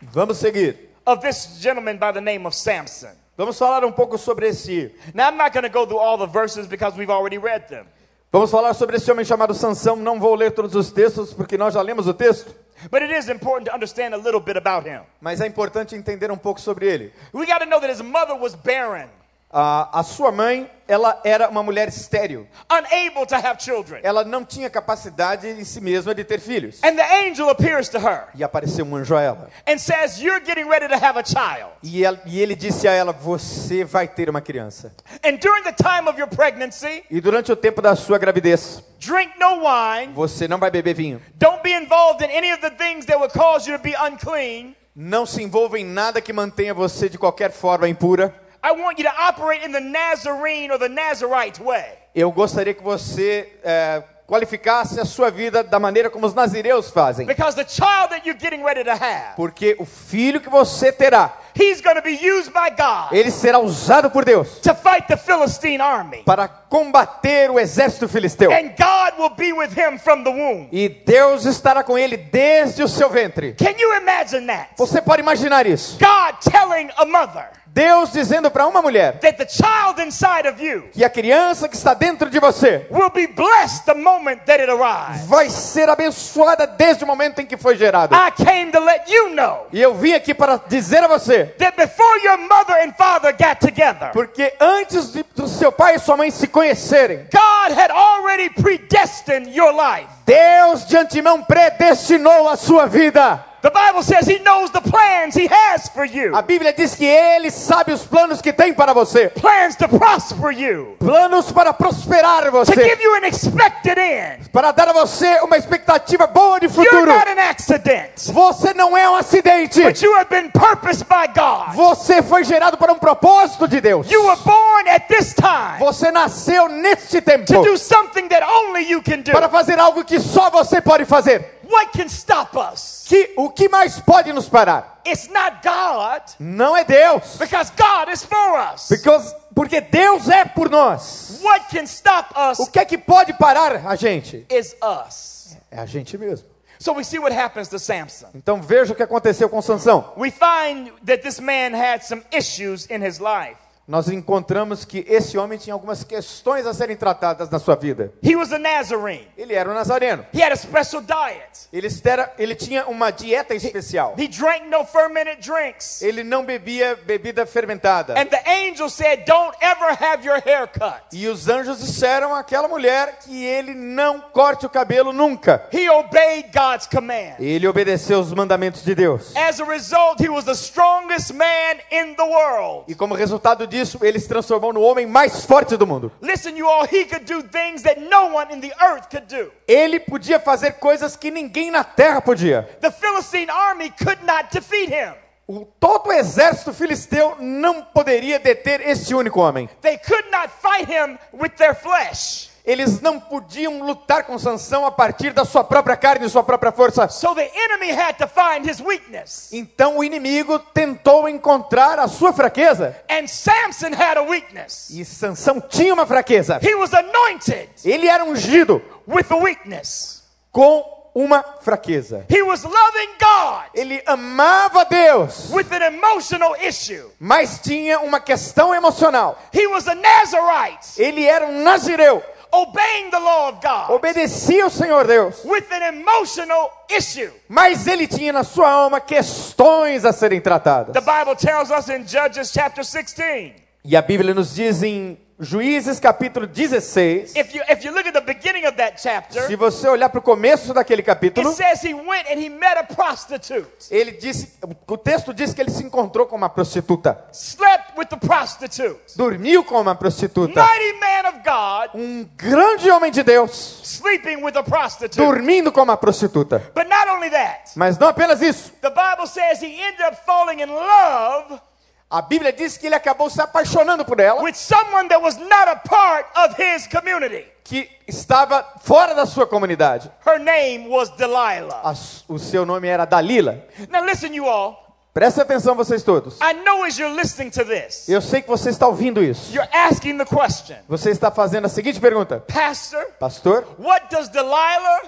D: Vamos seguir.
C: of this gentleman by the name of Samson.
D: Vamos falar um pouco sobre esse.
C: Now, I'm not going to go through all the verses because we've already read them.
D: Vamos falar sobre esse homem chamado Sansão. Não vou ler todos os textos porque nós já lemos o texto,
C: But it is important to understand a little bit about him.
D: mas é importante entender um pouco sobre ele.
C: We got to know that his mother was barren,
D: A, a sua mãe, ela era uma mulher estéril.
C: unable to have children.
D: Ela não tinha capacidade em si mesma de ter filhos.
C: And the angel appears to her
D: E apareceu um anjo a ela.
C: and says, You're getting ready to have a child.
D: E, ela, e ele disse a ela: Você vai ter uma criança.
C: And during the time of your pregnancy,
D: E durante o tempo da sua gravidez,
C: drink no wine.
D: você não vai beber vinho.
C: Don't be involved in any of the things that would cause you to be unclean.
D: Não se envolva em nada que mantenha você de qualquer forma impura.
C: I want you to operate in the Nazarene or the Nazarite way.
D: Eu gostaria que você eh, qualificasse a sua vida da maneira como os nazireus fazem.
C: Because the child that you're getting ready to have,
D: Porque o filho que você terá,
C: he's going to be used by God
D: ele será usado por Deus
C: to fight the Philistine army.
D: para combater o exército filisteu.
C: And God will be with him from the womb.
D: E Deus estará com ele desde o seu ventre.
C: Can you imagine that?
D: Você pode imaginar isso?
C: God telling a mother
D: Deus dizendo para uma mulher
C: that the child inside of you
D: que a criança que está dentro de você
C: will be blessed the moment that it arrives.
D: vai ser abençoada desde o momento em que foi gerado.
C: I came to let you know
D: E eu vim aqui para dizer a você,
C: that before your mother and father got together,
D: porque antes de, do seu pai e sua mãe se conhecerem,
C: God had already predestined your life.
D: Deus de antemão predestinou a sua vida.
C: The Bible says He knows the plans He has for you
D: A Bíblia diz que Ele sabe os planos que tem para você.
C: plans to prosper you,
D: Planos para prosperar
C: to
D: você,
C: give you an expected end.
D: para dar a você uma expectativa boa de
C: You're
D: futuro.
C: not an accident,
D: Você não é um acidente.
C: but you have been purposed by God.
D: Você foi gerado para um propósito de Deus.
C: You were born at this time
D: Você nasceu neste tempo
C: to do something that only you can do.
D: para fazer algo que só você pode fazer.
C: What can stop us?
D: Que o que mais pode nos parar?
C: It's not God,
D: Não é Deus.
C: because God is for us.
D: Because- porque Deus é por nós.
C: What can stop
D: O
C: us
D: que é que pode parar a gente?
C: is us.
D: É a gente mesmo.
C: So we see what happens to Samson.
D: Então veja o que aconteceu com Sansão.
C: We find that this man had some issues in his life.
D: Nós encontramos que esse homem tinha algumas questões a serem tratadas na sua vida.
C: He was a Nazarene.
D: Ele era um nazareno.
C: He had a special diet.
D: Ele, estera- ele tinha uma dieta especial.
C: He drank no fermented drinks.
D: Ele não bebia bebida fermentada.
C: And the angel said, Don't ever have your hair cut.
D: E os anjos disseram àquela mulher que ele não corte o cabelo nunca.
C: He obeyed God's command.
D: Ele obedeceu os mandamentos de Deus.
C: As a result, he was the strongest man in the world.
D: E como resultado disso, ele se transformou no homem mais forte do mundo.
C: Listen, you all, he could do things that no one in the earth could do.
D: Ele podia fazer coisas que ninguém na terra podia.
C: The Philistine army could not defeat him.
D: O, todo o exército filisteu não poderia deter esse único homem.
C: They could not fight him with their flesh.
D: Eles não podiam lutar com Sansão a partir da sua própria carne e sua própria força.
C: So the enemy had to find his weakness.
D: Então o inimigo tentou encontrar a sua fraqueza.
C: And Samson had a weakness.
D: E Sansão tinha uma fraqueza.
C: He was anointed
D: Ele era ungido
C: with a weakness.
D: com uma fraqueza.
C: He was was loving God
D: Ele amava Deus,
C: with an emotional issue.
D: mas tinha uma questão emocional.
C: He was a Nazarite,
D: Ele era um nazireu,
C: obeying the law of God
D: obedecia ao Senhor Deus,
C: with an emotional issue.
D: mas ele tinha na sua alma questões a serem tratadas.
C: The Bible tells us in Judges chapter 16.
D: E a Bíblia nos diz em Juízes capítulo 16,
C: If you if you look at the beginning of that
D: se
C: chapter,
D: você olhar para o começo daquele
C: it
D: capítulo,
C: says he went and he met a prostitute,
D: ele disse, o texto diz que ele se encontrou com uma prostituta,
C: slept with the prostitute.
D: dormiu com uma prostituta,
C: Mighty man of God
D: um grande homem de Deus,
C: sleeping with a prostitute.
D: dormindo com uma prostituta.
C: But not only that,
D: Mas não apenas isso.
C: the Bible says he ended up falling in love
D: A Bíblia diz que ele acabou se apaixonando por ela,
C: with someone that was not a part of his community.
D: que estava fora da sua comunidade.
C: Her name was Delilah.
D: A s- o seu nome era Dalila.
C: Now listen, you all.
D: Presta atenção vocês todos.
C: I know as you're listening to this,
D: Eu sei que você está ouvindo isso.
C: you're asking the question,
D: Você está fazendo a seguinte pergunta.
C: Pastor,
D: Pastor,
C: what does Delilah,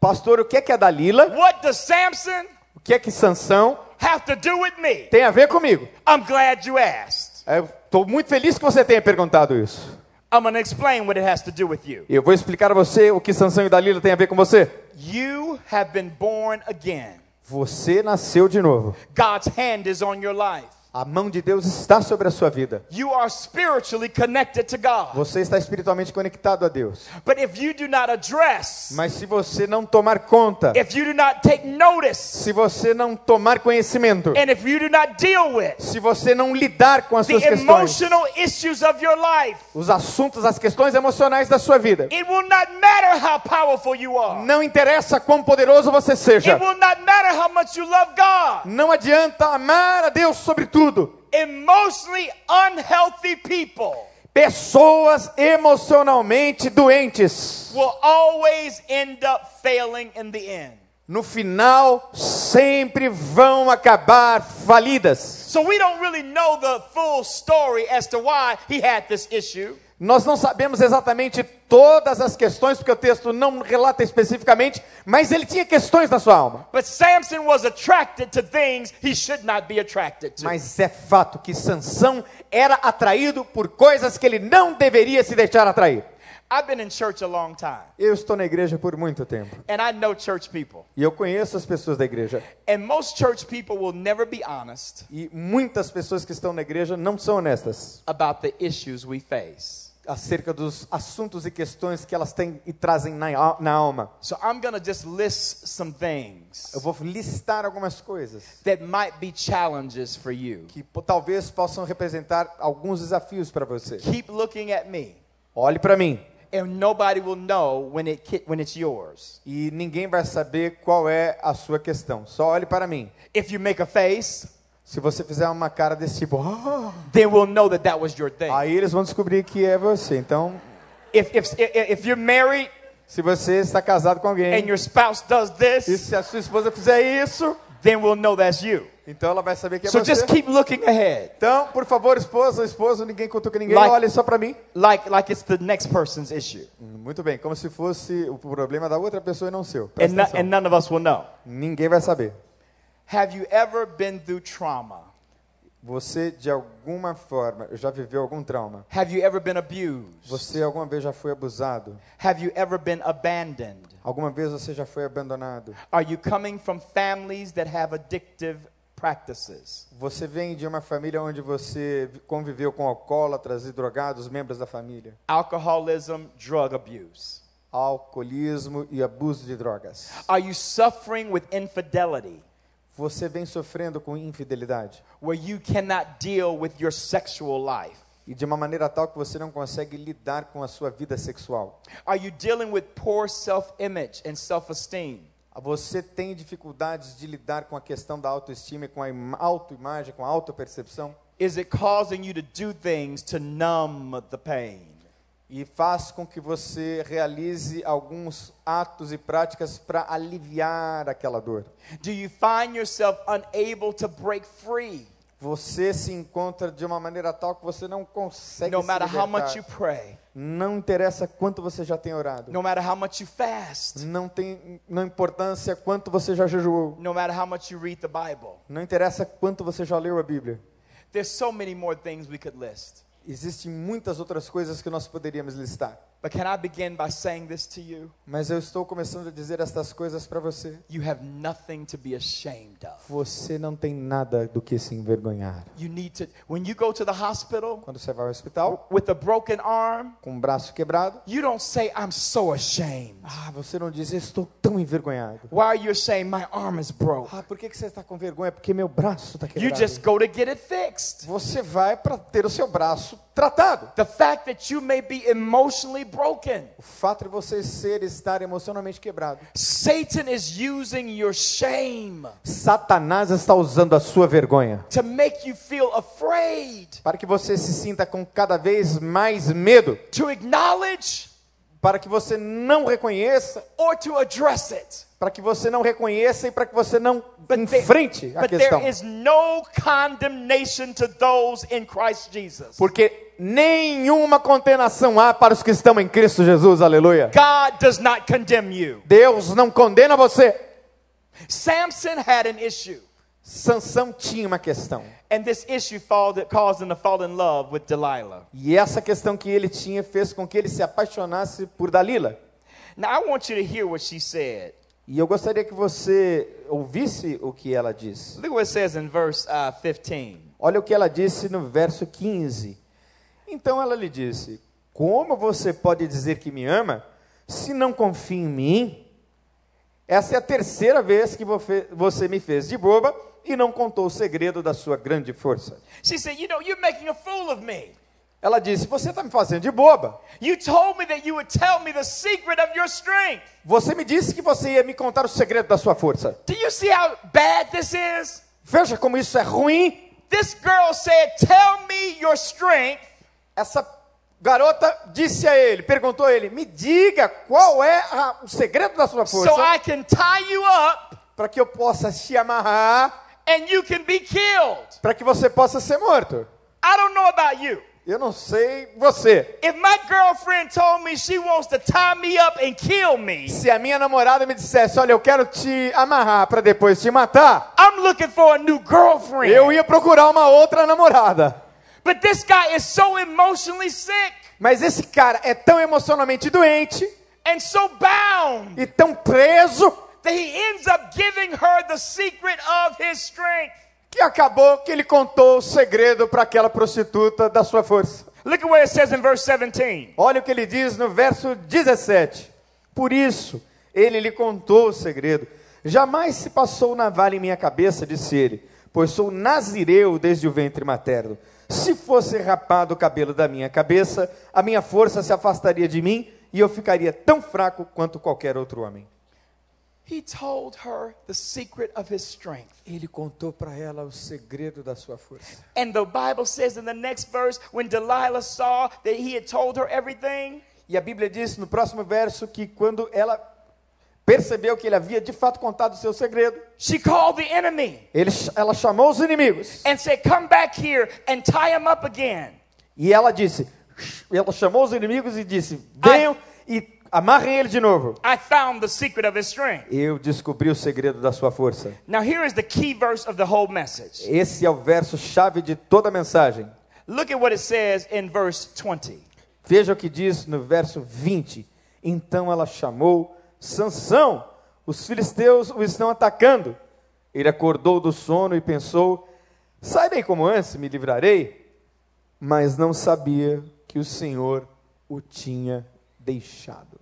D: pastor, o que é que a Dalila,
C: what does Samson
D: o que é que Sansão
C: have to do with me?
D: tem a ver comigo?
C: I'm glad you asked.
D: Eu estou É, muito feliz que você tenha perguntado isso.
C: I'm going to explain what it has to do with you.
D: Eu vou explicar a você o que Sansão e Dalila têm a ver com você.
C: You have been born again.
D: Você nasceu de novo.
C: God's hand is on your life.
D: A mão de Deus está sobre a sua vida.
C: You are spiritually connected to God.
D: Você está espiritualmente conectado a Deus.
C: But if you do not address,
D: Mas se você não tomar conta,
C: if you do not take notice,
D: se você não tomar conhecimento,
C: and if you do not deal with
D: se você não lidar com as suas
C: the
D: questões,
C: emotional issues of your life,
D: os assuntos, as questões emocionais da sua vida,
C: it will not matter how powerful you are.
D: não interessa quão poderoso você seja.
C: It will not matter how much you love God.
D: Não adianta amar a Deus sobre tudo.
C: Emotionally unhealthy people
D: Pessoas emocionalmente doentes,
C: will always end up failing in the end.
D: no final, sempre vão acabar falidas.
C: So we don't really know the full story as to why he had this issue.
D: Nós não sabemos exatamente todas as questões, porque o texto não relata especificamente, mas ele tinha questões na sua alma.
C: But Samson was attracted to things he should not be attracted to.
D: Mas é fato que Sansão era atraído por coisas que ele não deveria se deixar atrair.
C: I've been in church a long time,
D: Eu estou na igreja por muito tempo
C: and I know church people.
D: e eu conheço as pessoas da igreja.
C: And most church people will never be honest
D: E muitas pessoas que estão na igreja não são honestas
C: about the issues we face.
D: acerca dos assuntos e questões que elas têm e trazem na, al- na alma.
C: So I'm going to just list some things
D: Eu vou listar algumas coisas
C: that might be challenges for you.
D: que po- talvez possam representar alguns desafios para você.
C: Keep looking at me,
D: Olhe para mim.
C: and nobody will know when it ki- when it's yours.
D: e ninguém vai saber qual é a sua questão. Só olhe para mim.
C: If you make a face,
D: Se você fizer uma cara desse tipo, "Ah",
C: then we'll know that that was your thing.
D: aí eles vão descobrir que é você. Então,
C: If if if- if you're married
D: se você está casado com
C: and
D: alguém
C: your spouse does
D: e
C: this,
D: se a sua esposa fizer isso,
C: then we'll know that's you.
D: então ela vai saber que é
C: So
D: você.
C: just keep looking ahead,
D: Então, por favor, esposa, esposo, ninguém cutuca ninguém,
C: Like-
D: olhe só para mim.
C: like like it's the next person's issue,
D: Muito bem, como se fosse o problema da outra pessoa e não seu. Presta
C: and, no-
D: atenção.
C: and none of us will know.
D: Ninguém vai saber.
C: Have you ever been through trauma?
D: Você, de alguma forma, já viveu algum trauma.
C: Have you ever been abused?
D: Você alguma vez já foi abusado?
C: Have you ever been abandoned?
D: Alguma vez você já foi abandonado?
C: Are you coming from families that have addictive practices?
D: Você vem de uma família onde você conviveu com alcoólatras e drogados, membros da família,
C: Alcoholism, drug abuse?
D: alcoolismo e abuso de drogas.
C: Are you suffering with infidelity
D: Você vem sofrendo com infidelidade
C: where you cannot deal with your sexual life?
D: e de uma maneira tal que você não consegue lidar com a sua vida sexual.
C: Are you dealing with poor self image and self esteem?
D: Você tem dificuldades de lidar com a questão da autoestima, e com a ima- autoimagem, com a autopercepção
C: Is it causing you to do things to numb the pain?
D: e faz com que você realize alguns atos e práticas para aliviar aquela dor.
C: Do you find yourself unable to break free
D: Você se encontra de uma maneira tal que você não consegue
C: No
D: se
C: matter how
D: libertar.
C: much you pray,
D: Não interessa quanto você já tem orado.
C: no matter how much you fast,
D: Não tem não importância quanto você já jejuou.
C: no matter how much you read the Bible.
D: Não interessa quanto você já leu a Bíblia.
C: There's so many more things we could list.
D: Existem muitas outras coisas que nós poderíamos listar.
C: But can I begin by saying this to you?
D: Mas eu estou começando a dizer estas coisas para você.
C: You have nothing to be ashamed of.
D: Você não tem nada do que se envergonhar.
C: You need to, when you go to the hospital
D: Quando você vai ao hospital
C: with a broken arm,
D: com o braço quebrado,
C: you don't say, I'm so ashamed.
D: ah, você não diz, "Eu estou tão envergonhado.
C: Why are you ashamed? My arm is broke.
D: Ah, por que, que você está com vergonha? Porque meu braço está
C: You
D: quebrado.
C: just go to get it fixed.
D: Você vai para ter o seu braço tratado.
C: The fact that you may be emotionally broken,
D: O fato de você ser estar emocionalmente quebrado.
C: Satan is using your shame
D: Satanás está usando a sua vergonha
C: to make you feel afraid
D: para que você se sinta com cada vez mais medo,
C: to acknowledge
D: para que você não reconheça,
C: or to address it.
D: para que você não reconheça e para que você não
C: there-
D: enfrente a
C: but
D: questão.
C: there is no condemnation to those in Christ Jesus.
D: Porque nenhuma condenação há para os que estão em Cristo Jesus, aleluia.
C: God does not condemn you.
D: Deus não condena você.
C: Samson had an issue,
D: Sansão tinha uma questão.
C: and this issue fall that caused him to fall in love with Delilah.
D: E essa questão que ele tinha fez com que ele se apaixonasse por Dalila.
C: Now I want you to hear what she said.
D: E eu gostaria que você ouvisse o que ela disse.
C: Look what it says in verse uh, 15.
D: Olha o que ela disse no verso 15. Então ela lhe disse: Como você pode dizer que me ama se não confia em mim? Essa é a terceira vez que vo- fe- você me fez de boba e não contou o segredo da sua grande força.
C: She said, "You know, you're making a fool of me.
D: Ela disse: Você está me fazendo de boba.
C: You told me that you would tell me the secret of your strength.
D: Você me disse que você ia me contar o segredo da sua força.
C: Do you see how bad this is?
D: Veja como isso é ruim.
C: This girl said, "Tell me your strength."
D: Essa garota disse a ele, perguntou a ele: Me diga qual é a- o segredo da sua força.
C: so I can tie you up
D: para que eu possa te amarrar,
C: and you can be killed.
D: para que você possa ser morto.
C: I don't know about you.
D: Eu não sei você.
C: If my girlfriend told me she wants to tie me up and kill me,
D: Se a minha namorada me dissesse, olha, eu quero te amarrar para depois te matar,
C: I'm looking for a new girlfriend.
D: eu ia procurar uma outra namorada.
C: But this guy is so emotionally sick
D: Mas esse cara é tão emocionalmente doente
C: and so bound
D: e tão preso
C: that he ends up giving her the secret of his strength.
D: que acabou que ele contou o segredo para aquela prostituta da sua força.
C: Look at what it says in verse 17.
D: Olha o que ele diz no verso 17. Por isso, ele lhe contou o segredo. Jamais se passou navalha em minha cabeça, disse ele, pois sou nazireu desde o ventre materno. Se fosse rapado o cabelo da minha cabeça, a minha força se afastaria de mim e eu ficaria tão fraco quanto qualquer outro homem.
C: He told her the secret of his strength.
D: Ele contou para ela o segredo da sua força.
C: And the Bible says in the next verse, when Delilah saw that he had told her everything,
D: E a Bíblia diz no próximo verso que quando ela percebeu que ele havia de fato contado o seu segredo,
C: she called the enemy.
D: ele, ela chamou os inimigos.
C: and said, Come back here and tie him up again.
D: E ela disse, ela chamou os inimigos e disse: venham e amarrem ele de novo.
C: I found the secret of his strength.
D: Eu descobri o segredo da sua força.
C: Now, here is the key verse of the whole message.
D: Esse é o verso chave de toda a mensagem.
C: Look at what it says in verse 20.
D: Veja o que diz no verso 20. Então ela chamou Sansão. Os filisteus o estão atacando. Ele acordou do sono e pensou: Sairei como antes, me livrarei. Mas não sabia que o Senhor o tinha deixado.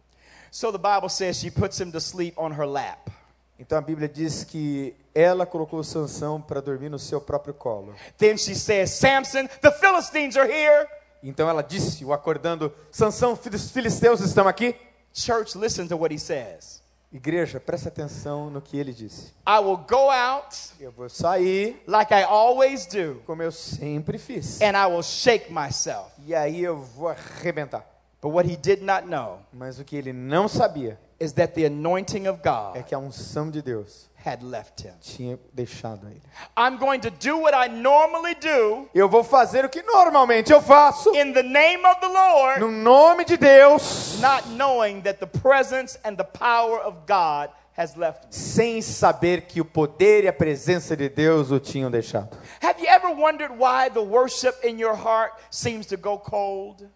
C: So the Bible says she puts him to sleep on her lap.
D: Então a Bíblia diz que ela colocou Sansão para dormir no seu próprio colo.
C: Then she says, Samson, the Philistines are here.
D: Então ela disse, o acordando, Sansão, fil- os filisteus estão aqui.
C: Church, listen to what he says.
D: Igreja, presta atenção no que ele disse.
C: I will go out
D: Eu vou sair
C: like I always do,
D: como eu sempre fiz.
C: and I will shake myself.
D: E aí eu vou arrebentar.
C: But what he did not know
D: Mas o que ele não sabia
C: is that the anointing of
D: é
C: God
D: que a unção de Deus
C: had left him.
D: tinha deixado ele.
C: I'm going to do what I normally do
D: Eu vou fazer o que normalmente eu faço,
C: in the name of the Lord,
D: no nome de Deus,
C: not knowing that the presence and the power of God has left me.
D: sem saber que o poder e a presença de Deus o tinham deixado.
C: Have you ever wondered why the worship in your heart seems to go cold?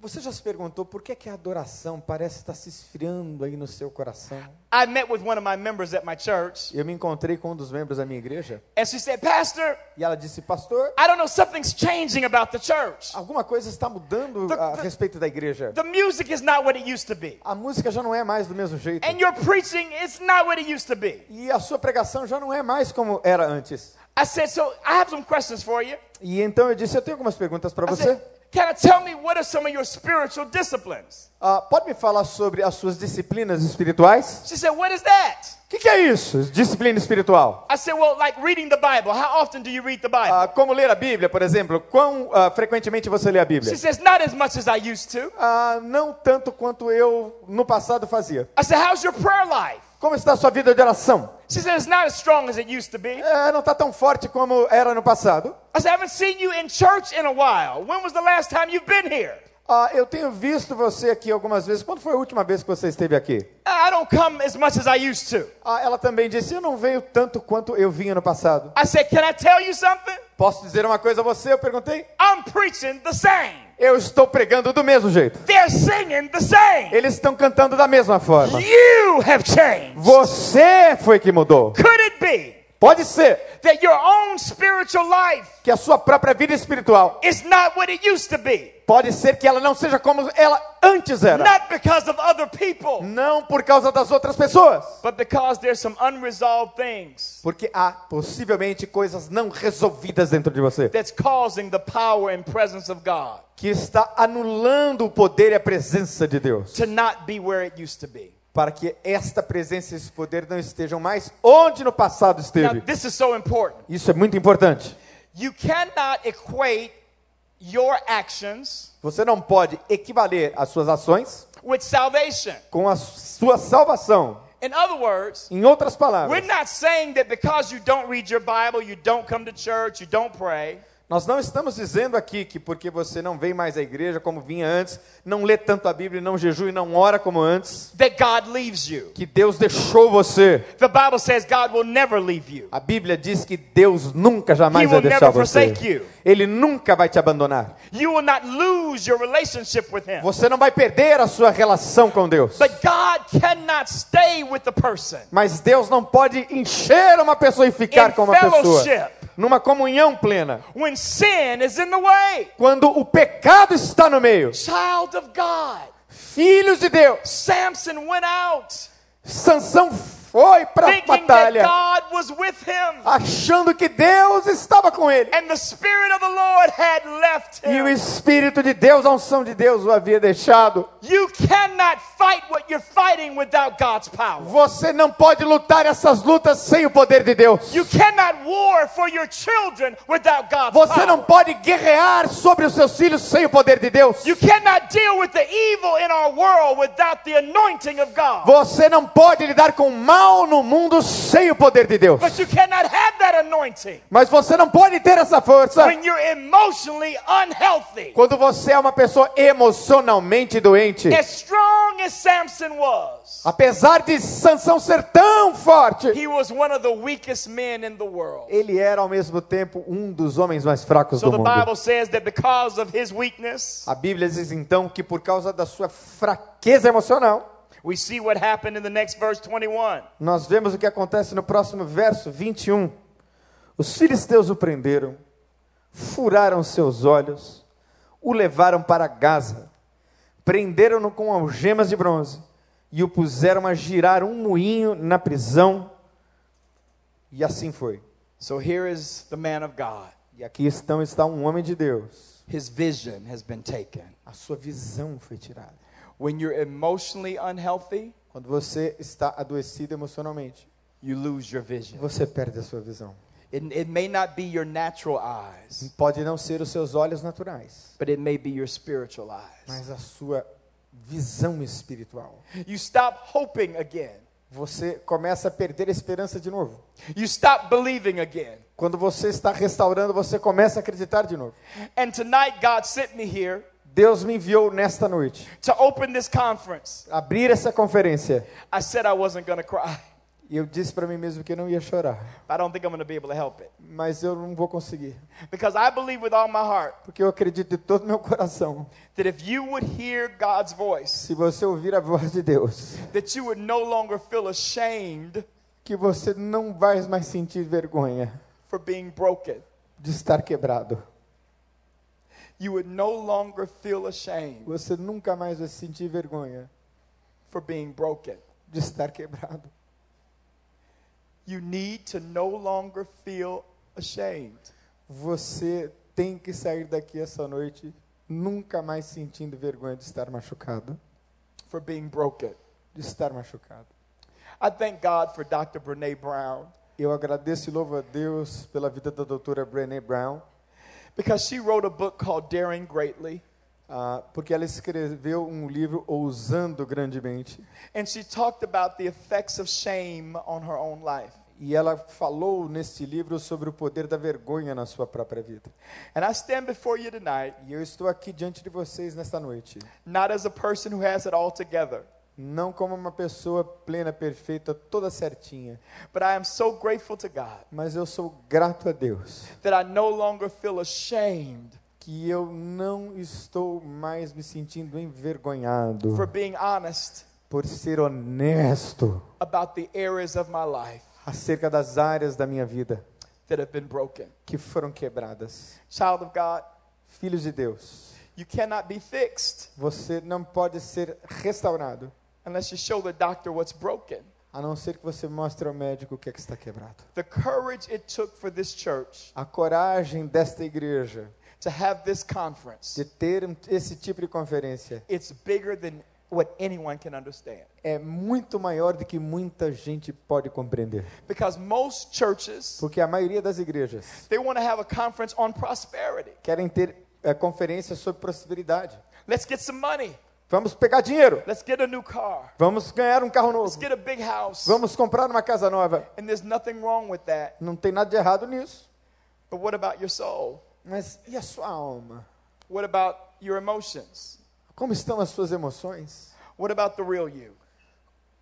D: Você já se perguntou por que, é que a adoração parece estar se esfriando aí no seu coração?
C: I met with one of my members at my church,
D: Eu me encontrei com um dos membros da minha igreja
C: and she said, Pastor,
D: e ela disse: Pastor,
C: I don't know, something's changing about the church.
D: alguma coisa está mudando
C: The-
D: a
C: the-
D: respeito da igreja.
C: The music is not what it used to be,
D: A música já não é mais do mesmo jeito.
C: and your preaching is not what it used to be.
D: E a sua pregação já não é mais como era antes.
C: I said, So I have some questions for you.
D: E então eu disse: Eu tenho algumas perguntas para
C: I said,
D: você.
C: Can I tell me what are some of your spiritual disciplines?
D: Ah, pode me falar sobre as suas disciplinas espirituais?
C: She said, What is that?
D: O que, que é isso? Disciplina espiritual.
C: I said, Well, like reading the Bible. How often do you read the Bible?
D: Ah, como ler a Bíblia, por exemplo? Quão ah, frequentemente você lê a Bíblia?
C: she says, Not as much as I used to.
D: Ah, não tanto quanto eu no passado fazia.
C: I said, How's your prayer life?
D: Como está a sua vida de oração?
C: She said, It's not as strong as it used to be.
D: É, não está tão forte como era no passado.
C: I said, I haven't seen you in church in a while. When was the last time you've been here?
D: Ah, eu tenho visto você aqui algumas vezes. Quando foi a última vez que você esteve aqui?
C: I don't come as much as I used to.
D: Ah, ela também disse: Eu não venho tanto quanto eu vinha no passado.
C: I said, Can I tell you something?
D: Posso dizer uma coisa a você? Eu perguntei.
C: I'm preaching the same.
D: Eu estou pregando do mesmo jeito.
C: They're singing the same.
D: Eles estão cantando da mesma forma.
C: You have changed.
D: Você foi que mudou.
C: Could it be
D: Pode ser
C: that your own spiritual life
D: que a sua própria vida espiritual,
C: is not what it used to be?
D: pode ser que ela não seja como ela antes era.
C: Not because of other people,
D: Não por causa das outras pessoas,
C: but because there's some unresolved things
D: porque há possivelmente coisas não resolvidas dentro de você
C: that's causing the power and presence of God
D: que está anulando o poder e a presença de Deus,
C: to not be where it used to be.
D: para que esta presença e esse poder não estejam mais onde no passado
C: Now,
D: esteve.
C: this is so important.
D: Isso é muito importante.
C: You cannot equate your actions
D: Você não pode equivaler as suas ações
C: with salvation.
D: com a sua salvação.
C: In other words,
D: Em outras
C: We're
D: palavras,
C: not saying that because you don't read your Bible, you don't come to church, you don't pray,
D: Nós não estamos dizendo aqui que porque você não vem mais à igreja como vinha antes, não lê tanto a Bíblia, não jejua e não ora como antes,
C: that God leaves you.
D: que Deus deixou você.
C: The Bible says God will never leave you.
D: A Bíblia diz que Deus nunca
C: He
D: jamais vai
C: will
D: deixar
C: never
D: você.
C: forsake you.
D: Ele nunca vai te abandonar.
C: You will not lose your relationship with Him.
D: Você não vai perder a sua relação com Deus.
C: But God cannot stay with the person.
D: Mas Deus não pode encher uma pessoa e ficar
C: In
D: com uma pessoa.
C: fellowship.
D: Numa comunhão plena.
C: When sin is in the way,
D: Quando o pecado está no meio.
C: child of God,
D: Filhos de Deus.
C: Samson went out
D: Sansão foi para a
C: thinking that
D: Ah, batalha.
C: God was with him,
D: achando que Deus estava com ele.
C: and the Spirit of the Lord had left
D: E o
C: him.
D: Espírito de Deus, a unção de Deus o havia deixado.
C: You cannot fight what you're fighting without God's power.
D: Você não pode lutar essas lutas sem o poder de Deus.
C: You cannot war for your children without God's
D: Você
C: power.
D: não pode guerrear sobre os seus filhos sem o poder de Deus.
C: You cannot deal with the evil in our world without the anointing of God.
D: Você não pode lidar com o mal no mundo sem o poder de Deus.
C: But you cannot have that anointing
D: Mas você não pode ter essa força
C: when you're emotionally unhealthy.
D: quando você é uma pessoa emocionalmente doente.
C: As strong as Samson was,
D: Apesar de Sansão ser tão forte,
C: he was one of the weakest men in the world.
D: ele era ao mesmo tempo um dos homens mais fracos
C: So
D: do
C: the
D: mundo.
C: Bible says that because of his weakness,
D: A Bíblia diz então que por causa da sua fraqueza emocional,
C: we see what happened in the next verse 21.
D: nós vemos o que acontece no próximo verso 21. Os filisteus o prenderam, furaram seus olhos, o levaram para Gaza, prenderam-no com algemas de bronze e o puseram a girar um moinho na prisão. E assim foi.
E: So here is the man of God.
D: E aqui estão, está um homem de Deus.
E: His vision has been taken.
D: A sua visão foi tirada.
E: When you're emotionally unhealthy,
D: Quando você está adoecido emocionalmente,
E: you lose your vision.
D: você perde a sua visão.
E: It, it may not be your natural eyes,
D: Pode não ser os seus olhos naturais,
E: but it may be your spiritual eyes.
D: mas a sua visão espiritual.
C: You stop hoping again.
D: Você começa a perder a esperança de novo.
C: You stop believing again.
D: Quando você está restaurando, você começa a acreditar de novo.
C: And tonight, God sent me here
D: Deus me enviou nesta noite
C: to open this conference.
D: abrir essa conferência.
C: I said I wasn't going to cry.
D: E eu disse para mim mesmo que eu não ia chorar,
C: I don't think I'm going to be able to help it.
D: mas eu não vou conseguir,
C: Because I believe with all my heart
D: porque eu acredito de todo meu coração.
C: that if you would hear God's voice,
D: Se você ouvir a voz de Deus,
C: that you would no longer feel ashamed
D: que você não vai mais sentir vergonha
C: for being broken.
D: de estar quebrado.
C: You would no longer feel ashamed
D: Você nunca mais vai sentir vergonha
C: for being broken.
D: de estar quebrado.
C: You need to no longer feel ashamed.
D: Você tem que sair daqui essa noite nunca mais sentindo vergonha de estar machucado,
C: for being broken.
D: de estar machucado.
C: I thank God for Dr. Brene Brown
D: Eu agradeço e louvo a Deus pela vida da doutora Brené Brown,
C: because she wrote a book called Daring Greatly,
D: ah, porque ela escreveu um livro ousando grandemente
C: and she talked about the effects of shame on her own life.
D: e ela falou neste livro sobre o poder da vergonha na sua própria vida.
C: And I stand before you tonight,
D: E eu estou aqui diante de vocês nesta noite,
C: not as a person who has it all together,
D: não como uma pessoa plena, perfeita, toda certinha,
C: but I am so grateful to God
D: mas eu sou grato a Deus
C: that I no longer feel ashamed
D: que eu não estou mais me sentindo envergonhado
C: for being honest
D: por ser honesto
C: about the areas of my life
D: acerca das áreas da minha vida
C: that have been broken.
D: que foram quebradas.
C: Child of God,
D: Filhos de Deus,
C: you cannot be fixed
D: você não pode ser restaurado
C: unless you show the doctor what's broken.
D: a não ser que você mostre ao médico o que é que está quebrado.
C: The courage it took for this church
D: A coragem desta igreja
C: to have this conference.
D: de ter esse tipo de conferência
C: It's bigger than what anyone can understand.
D: é muito maior do que muita gente pode compreender.
C: Because most churches,
D: Porque a maioria das igrejas
C: they want to have a conference on prosperity.
D: querem ter eh, conferências sobre prosperidade.
C: Let's get some money.
D: Vamos pegar dinheiro.
C: Let's get a new car.
D: Vamos ganhar um carro
C: Let's
D: novo.
C: get a big house.
D: Vamos comprar uma casa nova.
C: And there's nothing wrong with that.
D: Não tem nada de errado nisso.
C: But what about your soul?
D: Mas e a sua alma?
C: What about your emotions?
D: Como estão as suas emoções?
C: What about the real you?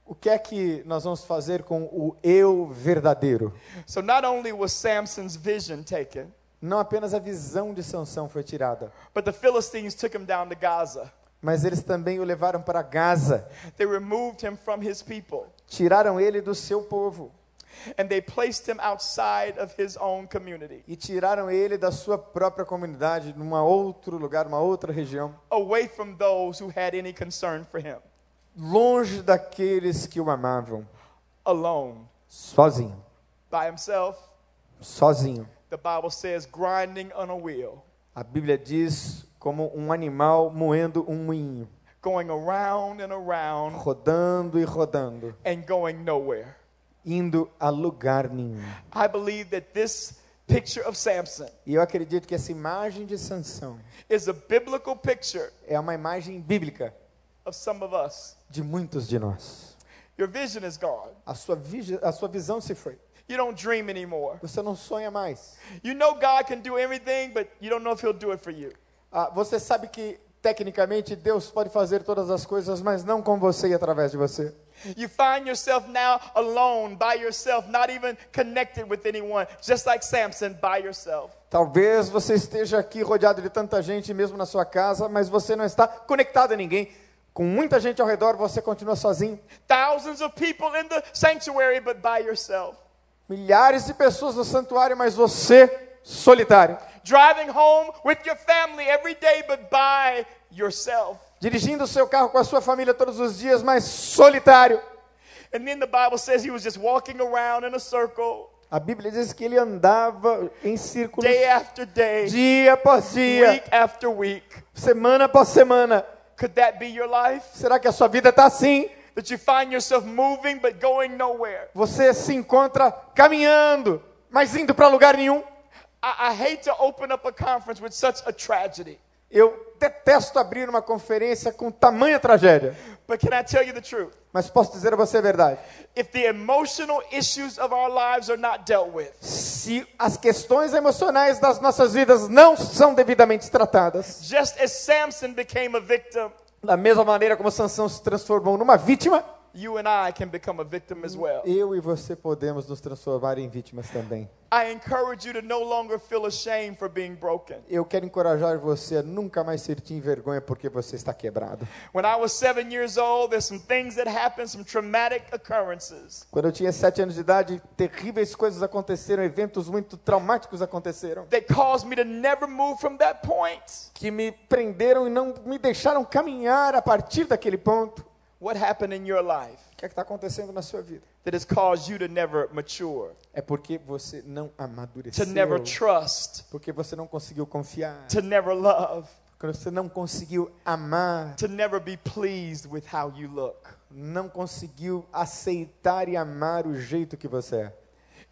D: O que é que nós vamos fazer com o eu verdadeiro?
C: So not only was Samson's vision taken,
D: Não apenas a visão de Sansão foi tirada,
C: but the Philistines took him down to Gaza.
D: mas eles também o levaram para Gaza,
C: They removed him from his people.
D: tiraram ele do seu povo
C: and they placed him outside of his own community,
D: e tiraram ele da sua própria comunidade, num outro lugar, uma outra região,
C: away from those who had any concern for him,
D: longe daqueles que o amavam,
C: alone,
D: sozinho,
C: by himself.
D: sozinho.
C: The Bible says, grinding on a wheel,
D: A Bíblia diz como um animal moendo um moinho,
C: going around and around
D: rodando e rodando,
C: and going nowhere.
D: indo a lugar nenhum.
C: I believe that this picture of Samson
D: E eu acredito que essa imagem de Sansão
C: is a biblical picture
D: é uma imagem bíblica
C: of some of us.
D: de muitos de nós.
C: Your vision is gone.
D: A sua, vigi- a sua visão se foi.
C: You don't dream anymore.
D: Você não sonha mais.
C: You know God can do everything, but you don't know if He'll do it for you.
D: Ah, você sabe que tecnicamente Deus pode fazer todas as coisas, mas não com você e através de você.
C: You find yourself now alone, by yourself, not even connected with anyone, just like Samson, by yourself.
D: Talvez você esteja aqui rodeado de tanta gente, mesmo na sua casa, mas você não está conectado a ninguém. Com muita gente ao redor, você continua sozinho.
C: Thousands of people in the sanctuary, but by yourself.
D: Milhares de pessoas no santuário, mas você solitário.
C: Driving home with your family every day, but by yourself.
D: Dirigindo o seu carro com a sua família todos os dias, mas solitário.
C: And then the Bible says he was just walking around in a circle,
D: A Bíblia diz que ele andava em círculos
C: day after day,
D: dia após dia,
C: week after week.
D: semana após semana.
C: Could that be your life?
D: Será que a sua vida está assim?
C: That you find yourself moving, but going nowhere.
D: Você se encontra caminhando, mas indo para lugar nenhum?
C: I, I hate to open up a conference with such a tragedy.
D: Eu detesto abrir uma conferência com tamanha tragédia.
C: But can I tell you the truth?
D: Mas posso dizer a você a verdade.
C: If the emotional issues of our lives are not dealt with,
D: Se as questões emocionais das nossas vidas não são devidamente tratadas,
C: just as Samson became a victim,
D: da mesma maneira como Sansão se transformou numa vítima,
C: you and I can become a victim as well.
D: eu e você podemos nos transformar em vítimas também.
C: I encourage you to no longer feel ashamed for being broken.
D: Eu quero encorajar você a nunca mais sentir vergonha porque você está quebrado.
C: When I was seven years old, there's some things that happened, some traumatic occurrences.
D: Quando eu tinha sete anos de idade, terríveis coisas aconteceram, eventos muito traumáticos aconteceram,
C: that caused me to never move from that point.
D: que me prenderam e não me deixaram caminhar a partir daquele ponto.
C: What happened in your life
D: O que é está acontecendo na sua vida?
C: that has caused you to never mature,
D: É porque você não
C: to never
D: amadureceu,
C: trust,
D: porque você não conseguiu confiar,
C: to never love,
D: porque você não conseguiu amar,
C: to never be pleased with how you look?
D: não conseguiu aceitar e amar o jeito que você é.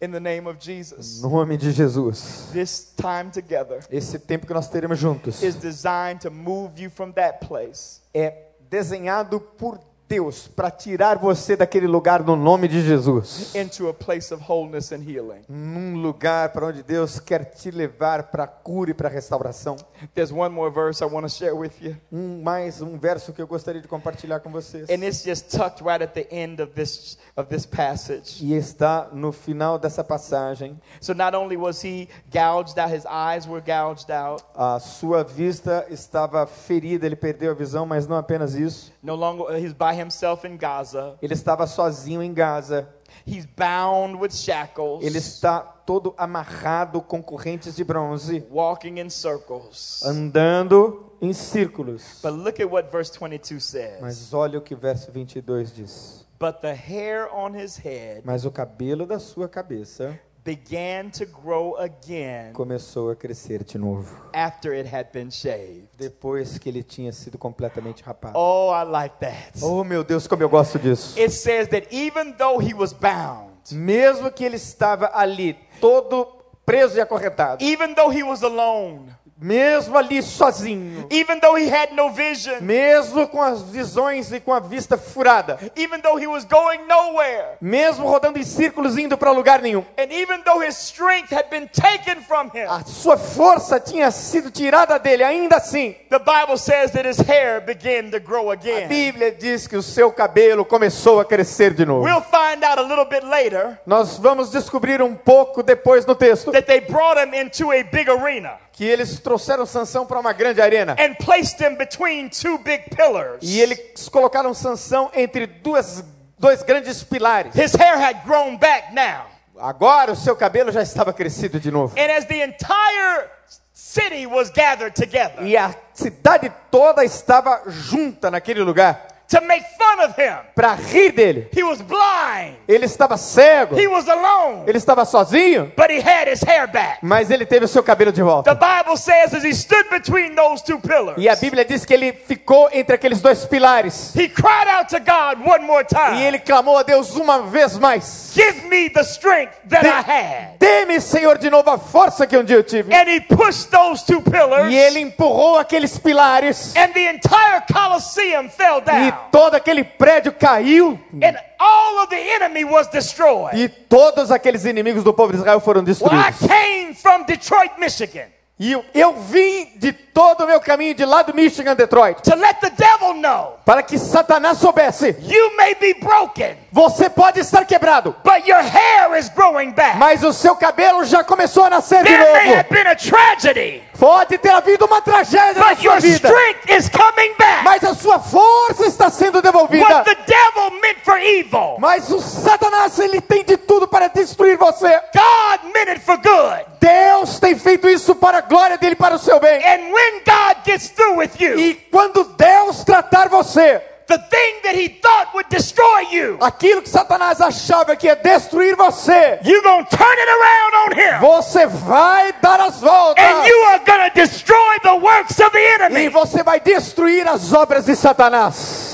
C: In the name of Jesus,
D: Nome de Jesus.
C: this time together
D: Esse tempo que nós teremos juntos
C: is designed to move you from that place
D: é desenhado por Deus para tirar você daquele lugar no nome de Jesus.
C: into a place of wholeness and healing.
D: Num lugar para onde Deus quer te levar para cura e para restauração.
C: There's one more verse I want to share with you,
D: Um mais um verso que eu gostaria de compartilhar com vocês.
C: and it's just tucked right at the end of this of this passage.
D: E está no final dessa passagem.
C: So not only was he gouged out, his eyes were gouged out.
D: A sua vista estava ferida, ele perdeu a visão, mas não apenas isso.
C: No longer uh, he's by himself in Gaza.
D: Ele estava sozinho em Gaza.
C: He's bound with shackles.
D: Ele está todo amarrado com correntes de bronze,
C: walking in circles.
D: andando em círculos.
C: But look at what verse 22 says.
D: Mas olha o que o verso 22 diz.
C: But the hair on his head
D: Mas o cabelo da sua cabeça
C: began to grow again
D: começou a crescer de novo,
C: after it had been shaved.
D: depois que ele tinha sido completamente rapado.
C: Oh, I like that.
D: Oh, meu Deus, como eu gosto disso.
C: It says that even though he was bound,
D: Mesmo que ele estava ali, todo preso e acorrentado,
C: even though he was alone,
D: mesmo ali sozinho,
C: even though he had no vision,
D: mesmo com as visões e com a vista furada,
C: even though he was going nowhere,
D: mesmo rodando em círculos indo para lugar nenhum,
C: and even though his strength had been taken from him,
D: a sua força tinha sido tirada dele, ainda assim.
C: The Bible says that his hair began to grow
D: A
C: again.
D: Bíblia diz que o seu cabelo começou a crescer de novo.
C: We'll find out a little bit later
D: Nós vamos descobrir um pouco depois no texto
C: that they brought him into a big arena
D: que eles trouxeram Sansão para uma grande arena
C: and placed him between two big pillars.
D: e eles colocaram Sansão entre duas dois grandes pilares.
C: His hair had grown back now.
D: Agora o seu cabelo já estava crescido de novo.
C: And as the entire city was gathered together
D: E a cidade toda estava junta naquele lugar
C: to make fun of him,
D: para rir dele.
C: he was blind,
D: Ele estava cego,
C: he was alone,
D: ele estava sozinho,
C: but he had his hair back.
D: mas ele teve o seu cabelo de
C: The
D: volta.
C: Bible says as he stood between those two pillars,
D: E a Bíblia diz que ele ficou entre aqueles dois pilares.
C: he cried out to God one more
D: E
C: time
D: ele clamou a Deus uma vez mais.
C: Give me the strength that I had.
D: Dê-me, Senhor, de novo a força que um dia eu tive.
C: and he pushed those two pillars,
D: E ele empurrou aqueles pilares
C: and the entire Colosseum fell
D: e
C: down,
D: todo aquele prédio caiu
C: and all of the enemy was destroyed.
D: e todos aqueles inimigos do povo de Israel foram
C: Well, I
D: destruídos.
C: came from Detroit, Michigan,
D: E eu- eu vim de todo o meu caminho de lá do Michigan, Detroit,
C: to let the devil know
D: para que Satanás soubesse,
C: you may be broken,
D: você pode estar quebrado,
C: but your hair is growing back.
D: mas o seu cabelo já começou a nascer de
C: there may have
D: novo.
C: been a tragedy,
D: Pode ter havido uma tragédia na
C: but
D: sua
C: your
D: vida,
C: strength is coming back.
D: mas a sua força está sendo devolvida.
C: what the devil meant for evil,
D: Mas o Satanás, ele tem de tudo para destruir você.
C: God meant it for good.
D: Deus tem feito isso para a glória dele, para o seu bem.
C: And when God gets through with you,
D: E quando Deus tratar você,
C: the thing that he thought would destroy you,
D: aquilo que Satanás achava que ia destruir você,
C: You're going to turn it around on him.
D: você vai dar as voltas.
C: And you are going to destroy the works of the
D: E
C: enemy.
D: você vai destruir as obras de Satanás.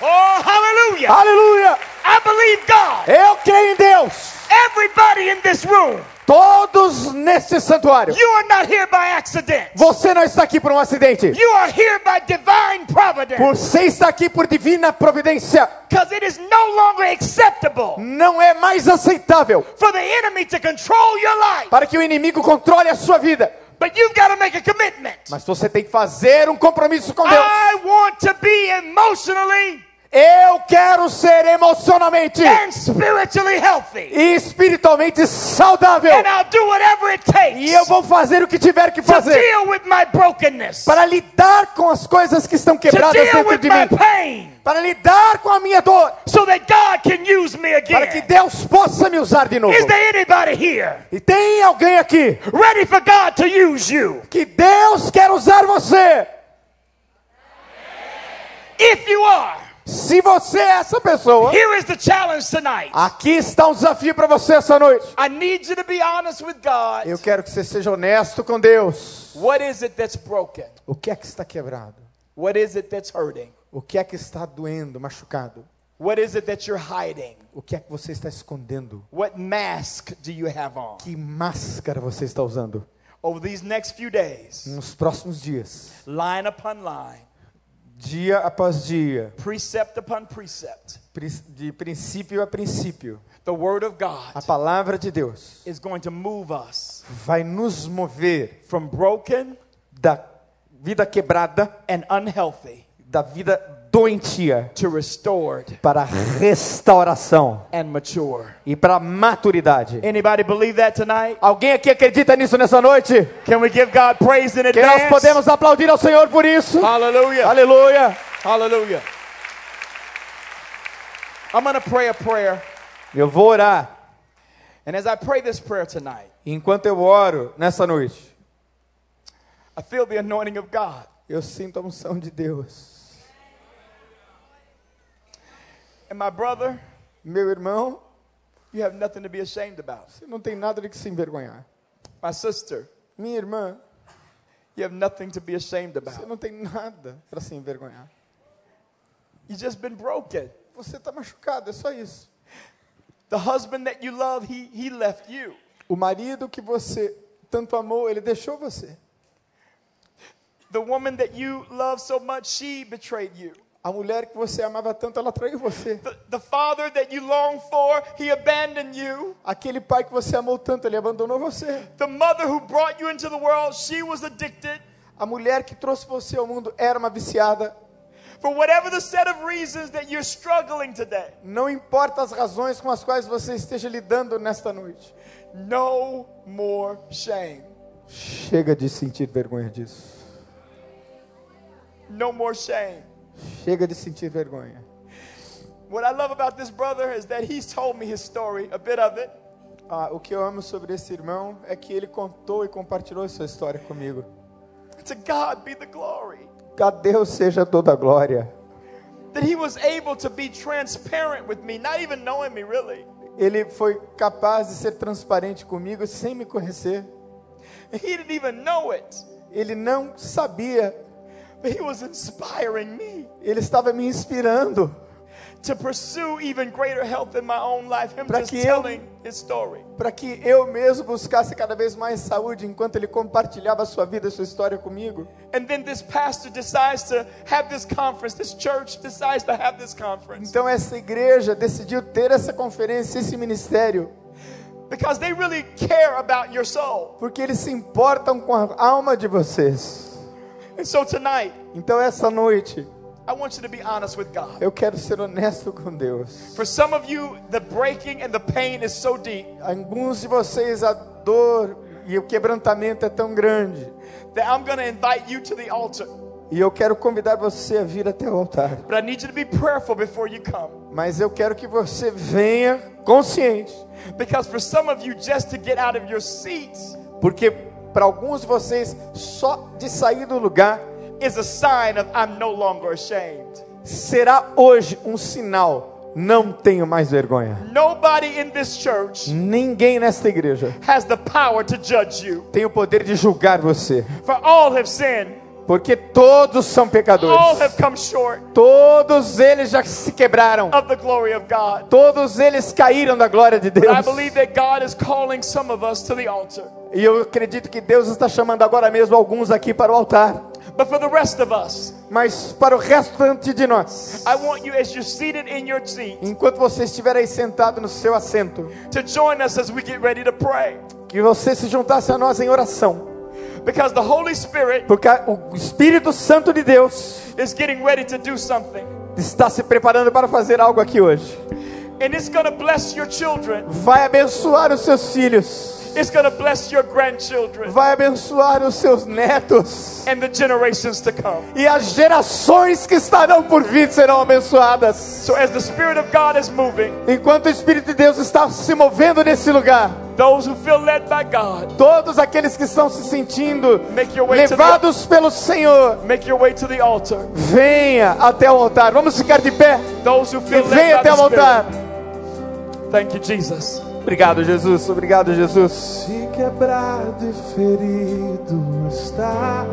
C: Oh, hallelujah.
D: Aleluia!
C: Oh,
D: Uh,
C: I believe God.
D: Eu creio em Deus.
C: Everybody everybody in this room,
F: Todos neste santuário.
C: you are not here by accident.
F: Você não está aqui por um acidente.
C: You are here by divine providence.
F: Você está aqui por divina providência.
C: Because it is no longer
D: Mm.
C: acceptable
F: Não é mais aceitável
C: for the enemy to control your life.
D: Uh,
F: para que o inimigo controle a sua vida.
C: But you've got to make a commitment.
F: Mas você tem que fazer um compromisso com Deus.
C: I want to be emotionally
F: Eu quero ser emocionalmente
C: and spiritually healthy.
F: e espiritualmente saudável.
C: And I'll do whatever it
F: E eu
C: takes
F: vou fazer o que tiver que
C: to
F: fazer
C: deal with my brokenness,
F: para lidar com as coisas que estão
C: to
F: quebradas
C: deal
F: dentro
C: with
F: de
C: my
F: mim.
C: pain,
F: Para lidar com a minha dor.
C: so that God can use me
F: Para que
C: again.
F: Deus possa me usar de novo.
C: É! Is there anybody here
F: E tem alguém aqui
C: ready for God to use you?
F: que Deus quer usar você.
C: If you are,
F: Se você é essa pessoa,
C: here is the challenge tonight.
F: aqui está um desafio para você essa noite.
C: I need you to be honest with God.
F: Eu quero que você seja honesto com Deus.
C: What is it that's broken?
F: O que é que está quebrado?
C: What is it that's hurting?
F: O que é que está doendo, machucado?
C: What is it that you're hiding?
F: O que é que você está escondendo?
C: What mask do you have on?
F: Que máscara você está usando?
C: Over these next few days,
F: Nos próximos dias,
C: line upon line,
D: dia após dia,
C: precept upon precept,
D: prin- de princípio a princípio,
C: the Word of God
D: a palavra de Deus
C: is going to move us
D: vai nos mover
C: from broken
D: da vida quebrada,
C: and unhealthy
D: da vida doentia,
C: to restored
D: para a restauração
C: and mature.
D: e para a maturidade.
C: Anybody believe that tonight?
F: alguém aqui acredita nisso nessa noite?
C: Can we give God praise in
F: Que nós
C: advance?
F: podemos aplaudir ao Senhor por isso.
C: Hallelujah.
F: Aleluia!
C: Hallelujah. I'm going to pray a prayer.
D: Eu vou orar.
C: And as I pray this prayer tonight,
D: Enquanto eu oro nessa noite,
C: I feel the anointing of God.
D: eu sinto a unção de Deus.
C: And my brother,
D: Meu irmão,
C: you have nothing to be ashamed about.
D: você não tem nada de que se envergonhar.
C: My sister,
D: Minha irmã,
C: you have nothing to be ashamed
D: você
C: about.
D: não tem nada para se envergonhar.
C: You've just been broken.
D: Você está machucado, é só isso.
C: The husband that you love, he, he left you.
D: O marido que você tanto amou, ele deixou você.
C: The woman that you love so much, she betrayed you.
D: A mulher que você amava tanto, ela traiu você.
C: The, the father that you long for, he abandoned you.
D: Aquele pai que você amou tanto, ele abandonou você.
C: The mother who brought you into the world, she was addicted.
D: A mulher que trouxe você ao mundo era uma viciada.
C: For whatever the set of reasons that you're struggling today,
D: Não importa as razões com as quais você esteja lidando nesta noite.
C: no more shame.
D: Chega de sentir vergonha disso.
C: No more shame.
D: Chega de sentir vergonha.
C: What I love about this brother is that he's told me his story, a bit of it.
D: Ah, o que eu amo sobre esse irmão é que ele contou e compartilhou sua história comigo.
C: To God be the glory.
D: A Deus seja toda a glória.
C: That he was able to be transparent with me, not even knowing me really.
D: Ele foi capaz de ser transparente comigo sem me conhecer.
C: He didn't even know it,
D: Ele não sabia.
C: but he was inspiring me
D: Ele estava me inspirando
C: to pursue even greater health in my own life. Him
D: Pra
C: just
D: que eu-
C: telling his story.
D: para que eu mesmo buscasse cada vez mais saúde enquanto ele compartilhava sua vida, sua história comigo.
C: And then this pastor decides to have this conference. This church decides to have this conference.
D: Então essa igreja decidiu ter essa conferência, esse ministério,
C: Because they really care about your soul.
D: porque eles se importam com a alma de vocês.
C: And so tonight,
D: Então essa noite
C: I want you to be honest with God.
D: eu quero ser honesto com Deus.
C: For some of you, the breaking and the pain is so deep
D: Alguns de vocês a dor e o quebrantamento é tão grande.
C: that I'm going to invite you to the altar.
D: E eu quero convidar você a vir até o altar.
C: But I need you to be prayerful before you come.
D: Mas eu quero que você venha consciente.
C: Because for some of you, just to get out of your seats
D: Porque para alguns de vocês, só de sair do lugar
C: is a sign of I'm no longer ashamed.
D: será hoje um sinal. Não tenho mais vergonha.
C: Nobody in this church
D: Ninguém nesta igreja
C: has the power to judge you,
D: tem o poder de julgar você.
C: for all have sinned
D: Porque todos são
C: All
D: pecadores.
C: have come short
D: Todos eles já se quebraram.
C: of the glory of God.
D: Todos eles caíram da glória de
C: But I
D: Deus.
C: believe that God is calling some of us to the altar.
D: E eu acredito que Deus está chamando agora mesmo alguns aqui para o altar.
C: But for the rest of us,
D: Mas para o restante de nós,
C: I want you, as you're seated in your seat,
D: enquanto você estiver aí sentado no seu assento,
C: to join us as we get ready to pray.
D: que você se juntasse a nós em oração.
C: Because the Holy Spirit
D: Porque a- o Espírito Santo de Deus
C: is getting ready to do something.
D: está se preparando para fazer algo aqui hoje.
C: And it's going to bless your children,
D: Vai abençoar os seus filhos.
C: it's going to bless your grandchildren,
D: Vai abençoar os seus netos.
C: and the generations to come.
D: E as gerações que estarão por vir serão abençoadas.
C: So, as the Spirit of God is moving,
D: Enquanto o Espírito de Deus está se movendo nesse lugar,
C: those who feel led by God,
D: todos aqueles que estão se sentindo
C: Make your way to the-
D: levados pelo Senhor,
C: make your way to the altar.
D: venha até o altar. Vamos ficar de pé
C: Those who
D: e
C: feel
D: venha
C: led
D: até
C: by
D: o
C: the
D: altar.
C: Spirit. Thank you, Jesus.
D: Obrigado, Jesus. Obrigado, Jesus.
G: Se quebrado e ferido está,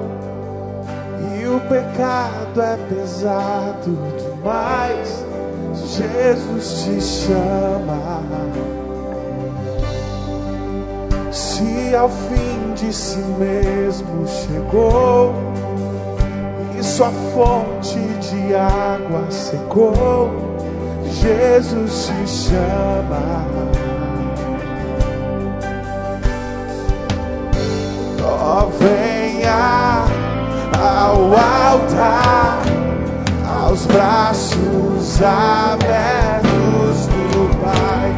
G: e o pecado é pesado demais, Jesus te chama. Se ao fim de si mesmo chegou, e sua fonte de água secou, Jesus te chama. Oh, venha ao altar, aos braços abertos do Pai.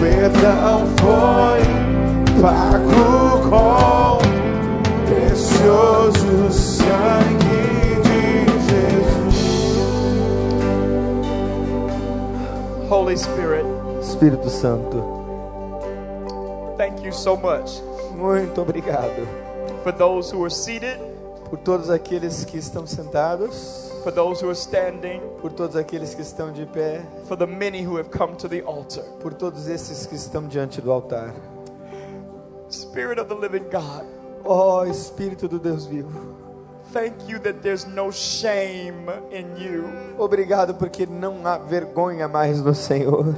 G: Perdão foi pago com precioso sangue de Jesus.
C: Holy Spirit,
D: Espírito Santo,
C: thank you so much
D: muito obrigado
C: for those who are seated,
D: por todos aqueles que estão sentados,
C: for those who are standing,
D: por todos aqueles que estão de pé,
C: for the many who have come to the altar.
D: por todos esses que estão diante do altar.
C: Spirit of the living God,
D: Ó Espírito do Deus vivo,
C: thank you that there's no shame in you.
D: obrigado porque não há vergonha mais no Senhor.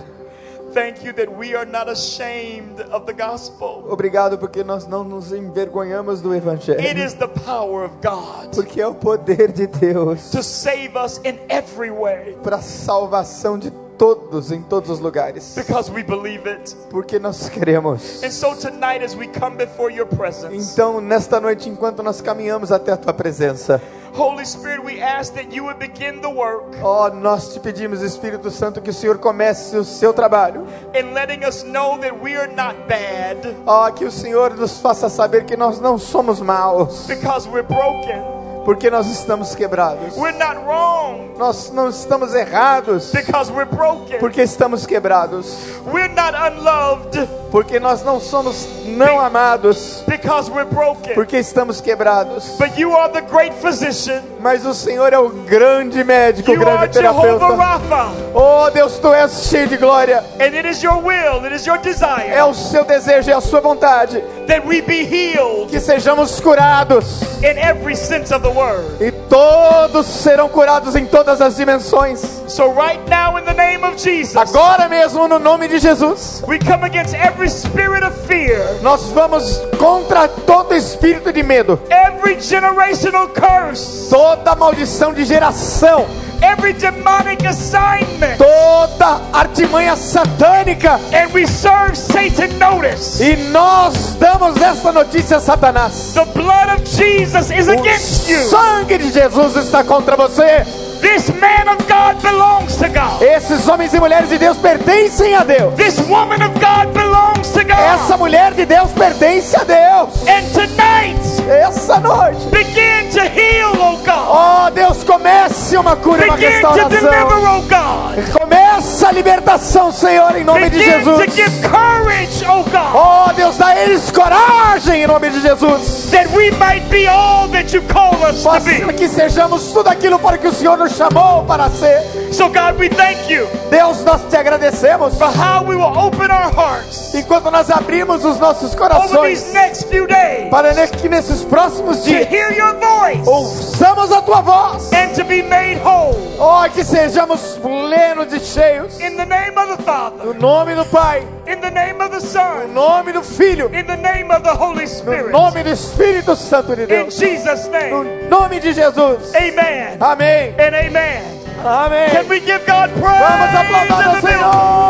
C: Thank you that we are not ashamed of the gospel.
D: Obrigado porque nós não nos envergonhamos do
C: It
D: Evangelho,
C: is the power of God
D: porque é o poder de Deus
C: to save us in every way
D: para salvação de todos em todos os lugares,
C: because we believe it.
D: porque nós queremos.
C: And so tonight, as we come before your presence,
D: Então, nesta noite, enquanto nós caminhamos até a tua presença,
C: Holy Spirit, we ask that you would begin the work
D: ó, nós te pedimos, Espírito Santo, que o Senhor comece o seu trabalho.
C: in letting us know that we are not bad
D: Ó, que o Senhor nos faça saber que nós não somos maus,
C: because we're broken.
D: porque nós estamos quebrados.
C: We're not wrong
D: Nós não estamos errados,
C: because we're broken.
D: porque estamos quebrados.
C: We're not unloved
D: Porque nós não somos não amados,
C: because we're broken.
D: porque estamos quebrados.
C: But you are the great physician.
D: Mas o Senhor é o grande médico, o
C: You are
D: grande
C: Jehovah
D: terapeuta.
C: Rapha.
D: Oh Deus, tu és cheio de glória.
C: And it is your will, it is your
D: É
C: desire
D: o seu desejo, é a sua vontade
C: that we be healed
D: que sejamos curados.
C: in every sense of the word.
D: E todos serão curados em todas as dimensões.
C: So, right now, in the name of Jesus,
D: Agora mesmo, no nome de Jesus,
C: we come against every spirit of fear,
D: nós vamos contra todo espírito de medo,
C: every generational curse,
D: toda maldição de geração,
C: every demonic assignment.
D: toda artimanha satânica.
C: And we serve Satan notice.
D: E nós damos esta notícia a Satanás.
C: The blood of Jesus is against
D: O
C: you.
D: sangue de Jesus está contra você.
C: This man of God belongs to God.
D: Esses homens e mulheres de Deus pertencem a Deus.
C: This woman of God belongs to
D: Essa
C: God.
D: mulher de Deus pertence a Deus.
C: And tonight,
D: Essa noite.
C: begin to heal, oh God.
D: Oh, Deus, comece uma cura, uma
C: Begin to deliver,
D: restauração.
C: oh God.
D: Começa a libertação, Senhor, em nome de
C: Begin to give
D: Jesus.
C: courage, oh God,
D: Oh, Deus, dá a eles coragem em nome de Jesus.
C: that we might be all that you call us
D: Faça
C: to
D: que sejamos tudo aquilo para que o Senhor nos chamou para ser.
C: be. So, God, we thank you
D: Deus, nós te agradecemos.
C: for how we will open our hearts
D: Enquanto nós abrimos os
C: over
D: nossos
C: these
D: corações
C: next few days
D: para ne- que nesses próximos
C: to
D: dias Oh.
C: hear your voice.
D: ouçamos a tua voz.
C: and to be made whole.
D: Oh, que sejamos plenos e cheios.
C: In the name of the Father,
D: No nome do Pai,
C: in the name of the
D: no
C: Son,
D: nome do Filho,
C: in the name of the Holy
D: no
C: Spirit.
D: nome do Espírito Santo de
C: In
D: Deus.
C: Jesus'
D: No
C: name,
D: nome de Jesus.
C: amen
D: Amém.
C: and amen. Can
D: Amém.
C: we give God praise?
D: Vamos aplaudir
C: in
D: ao
C: the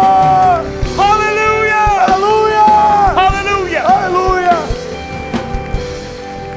C: building?
D: Senhor.
C: Hallelujah!
D: Aleluia.
C: Hallelujah!
D: Aleluia.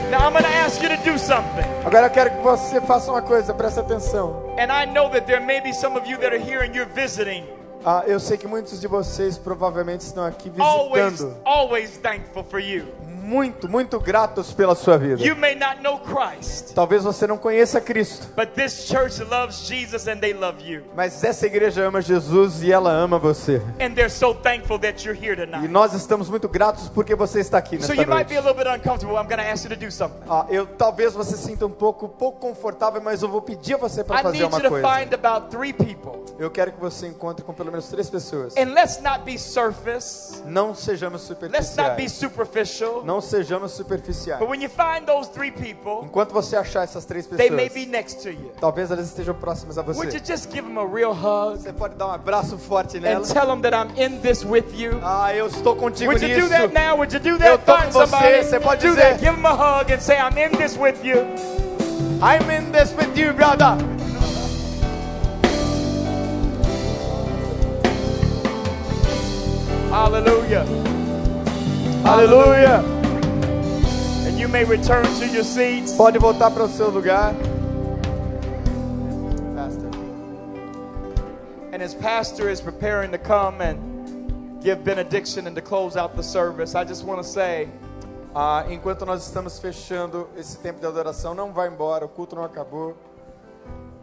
C: Now I'm going to ask you to do something.
D: Agora eu quero que você faça uma coisa, presta atenção.
C: And I know that there may be some of you that are here and you're visiting.
D: Ah, eu sei que muitos de vocês provavelmente estão aqui
C: Always,
D: visitando.
C: always thankful for you.
D: Muito, muito gratos pela sua vida.
C: You may not know Christ,
D: Talvez você não conheça Cristo,
C: but this church loves Jesus and they love you.
D: mas essa igreja ama Jesus e ela ama você.
C: And they're so thankful that you're here
D: E
C: tonight.
D: nós estamos muito gratos porque você está aqui
C: So
D: nesta
C: you might be
D: noite.
C: a little bit uncomfortable. I'm going to ask you to do something.
D: Ah, eu talvez você sinta um pouco pouco confortável, mas eu vou pedir a você para
C: I need
D: fazer
C: you
D: uma
C: to
D: coisa.
C: find about three people.
D: Eu quero que você encontre com pelo menos três pessoas.
C: And let's not be surface.
D: Não sejamos
C: Let's not be
D: superficiais.
C: superficial.
D: Não sejamos superficiais.
C: But when you find those three people,
D: Enquanto você achar essas três
C: they may
D: pessoas,
C: be next to you.
D: Talvez elas estejam próximas a
C: Would you
D: você.
C: just give them a real hug
D: Você pode dar um abraço forte
C: and
D: nela.
C: tell them that I'm in this with you?
D: Ah, eu estou contigo
C: Would you do
D: nisso.
C: that now? Would you do
D: Eu
C: that?
D: tô
C: Find
D: com você,
C: somebody.
D: você pode
C: do
D: dizer.
C: that. Give them a hug and say, I'm in this with you.
D: I'm in this with you, brother.
C: Hallelujah.
D: Aleluia.
C: And you may return to your seats.
D: Pode voltar para o seu lugar. Pastor.
C: And as pastor is preparing to come and give benediction and to close out the service, I just want to say,
D: Ah, enquanto nós estamos fechando esse tempo de adoração, não vai embora, o culto não acabou.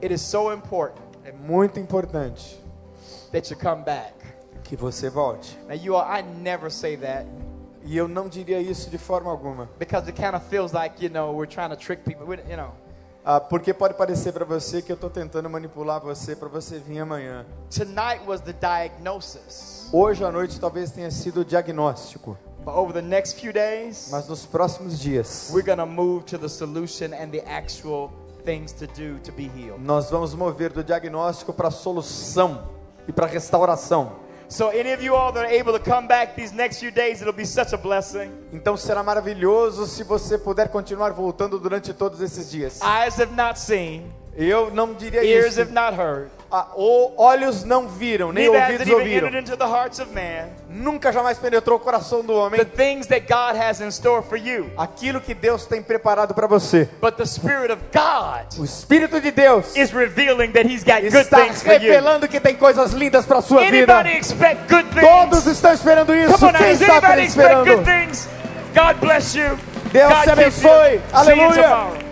C: it is so important
D: É muito importante
C: that you come back.
D: que você volte.
C: Now, you all, I never say that
D: E eu não diria isso de forma alguma,
C: because it kind of feels like, you know, we're trying to trick people. We, you know,
D: Ah, porque pode parecer para você que eu estou tentando manipular você para você vir amanhã.
C: tonight was the diagnosis.
D: Hoje à noite talvez tenha sido o diagnóstico,
C: But over the next few days,
D: mas nos próximos dias
C: we're going to move to the solution and the actual things to do to be healed.
D: nós vamos mover do diagnóstico para a solução e para a restauração.
C: So, any of you all that are able to come back these next few days, it'll be such a blessing.
D: Então será maravilhoso se você puder continuar voltando durante todos esses dias.
C: Eyes have not seen,
D: Eu não diria
C: ears
D: isso.
C: have not heard,
D: Ah, o- olhos não viram, nem
C: neither has
D: ouvidos
C: it even
D: ouviram.
C: entered into the hearts of man.
D: Nunca jamais penetrou o coração
C: The
D: do homem
C: things that God has in store for you,
D: aquilo que Deus tem preparado para você.
C: but the Spirit of God
D: O Espírito de Deus
C: is revealing that He's got good
D: está
C: things for you.
D: revelando que tem coisas lindas para sua vida.
C: Anybody expect good
D: Todos
C: things?
D: estão esperando isso.
C: Come on, now,
D: Quem
C: does
D: está
C: anybody expect
D: esperando?
C: good things? God bless you.
D: Deus te
C: God keep you.
D: abençoe.
C: See you
D: Aleluia.
C: tomorrow.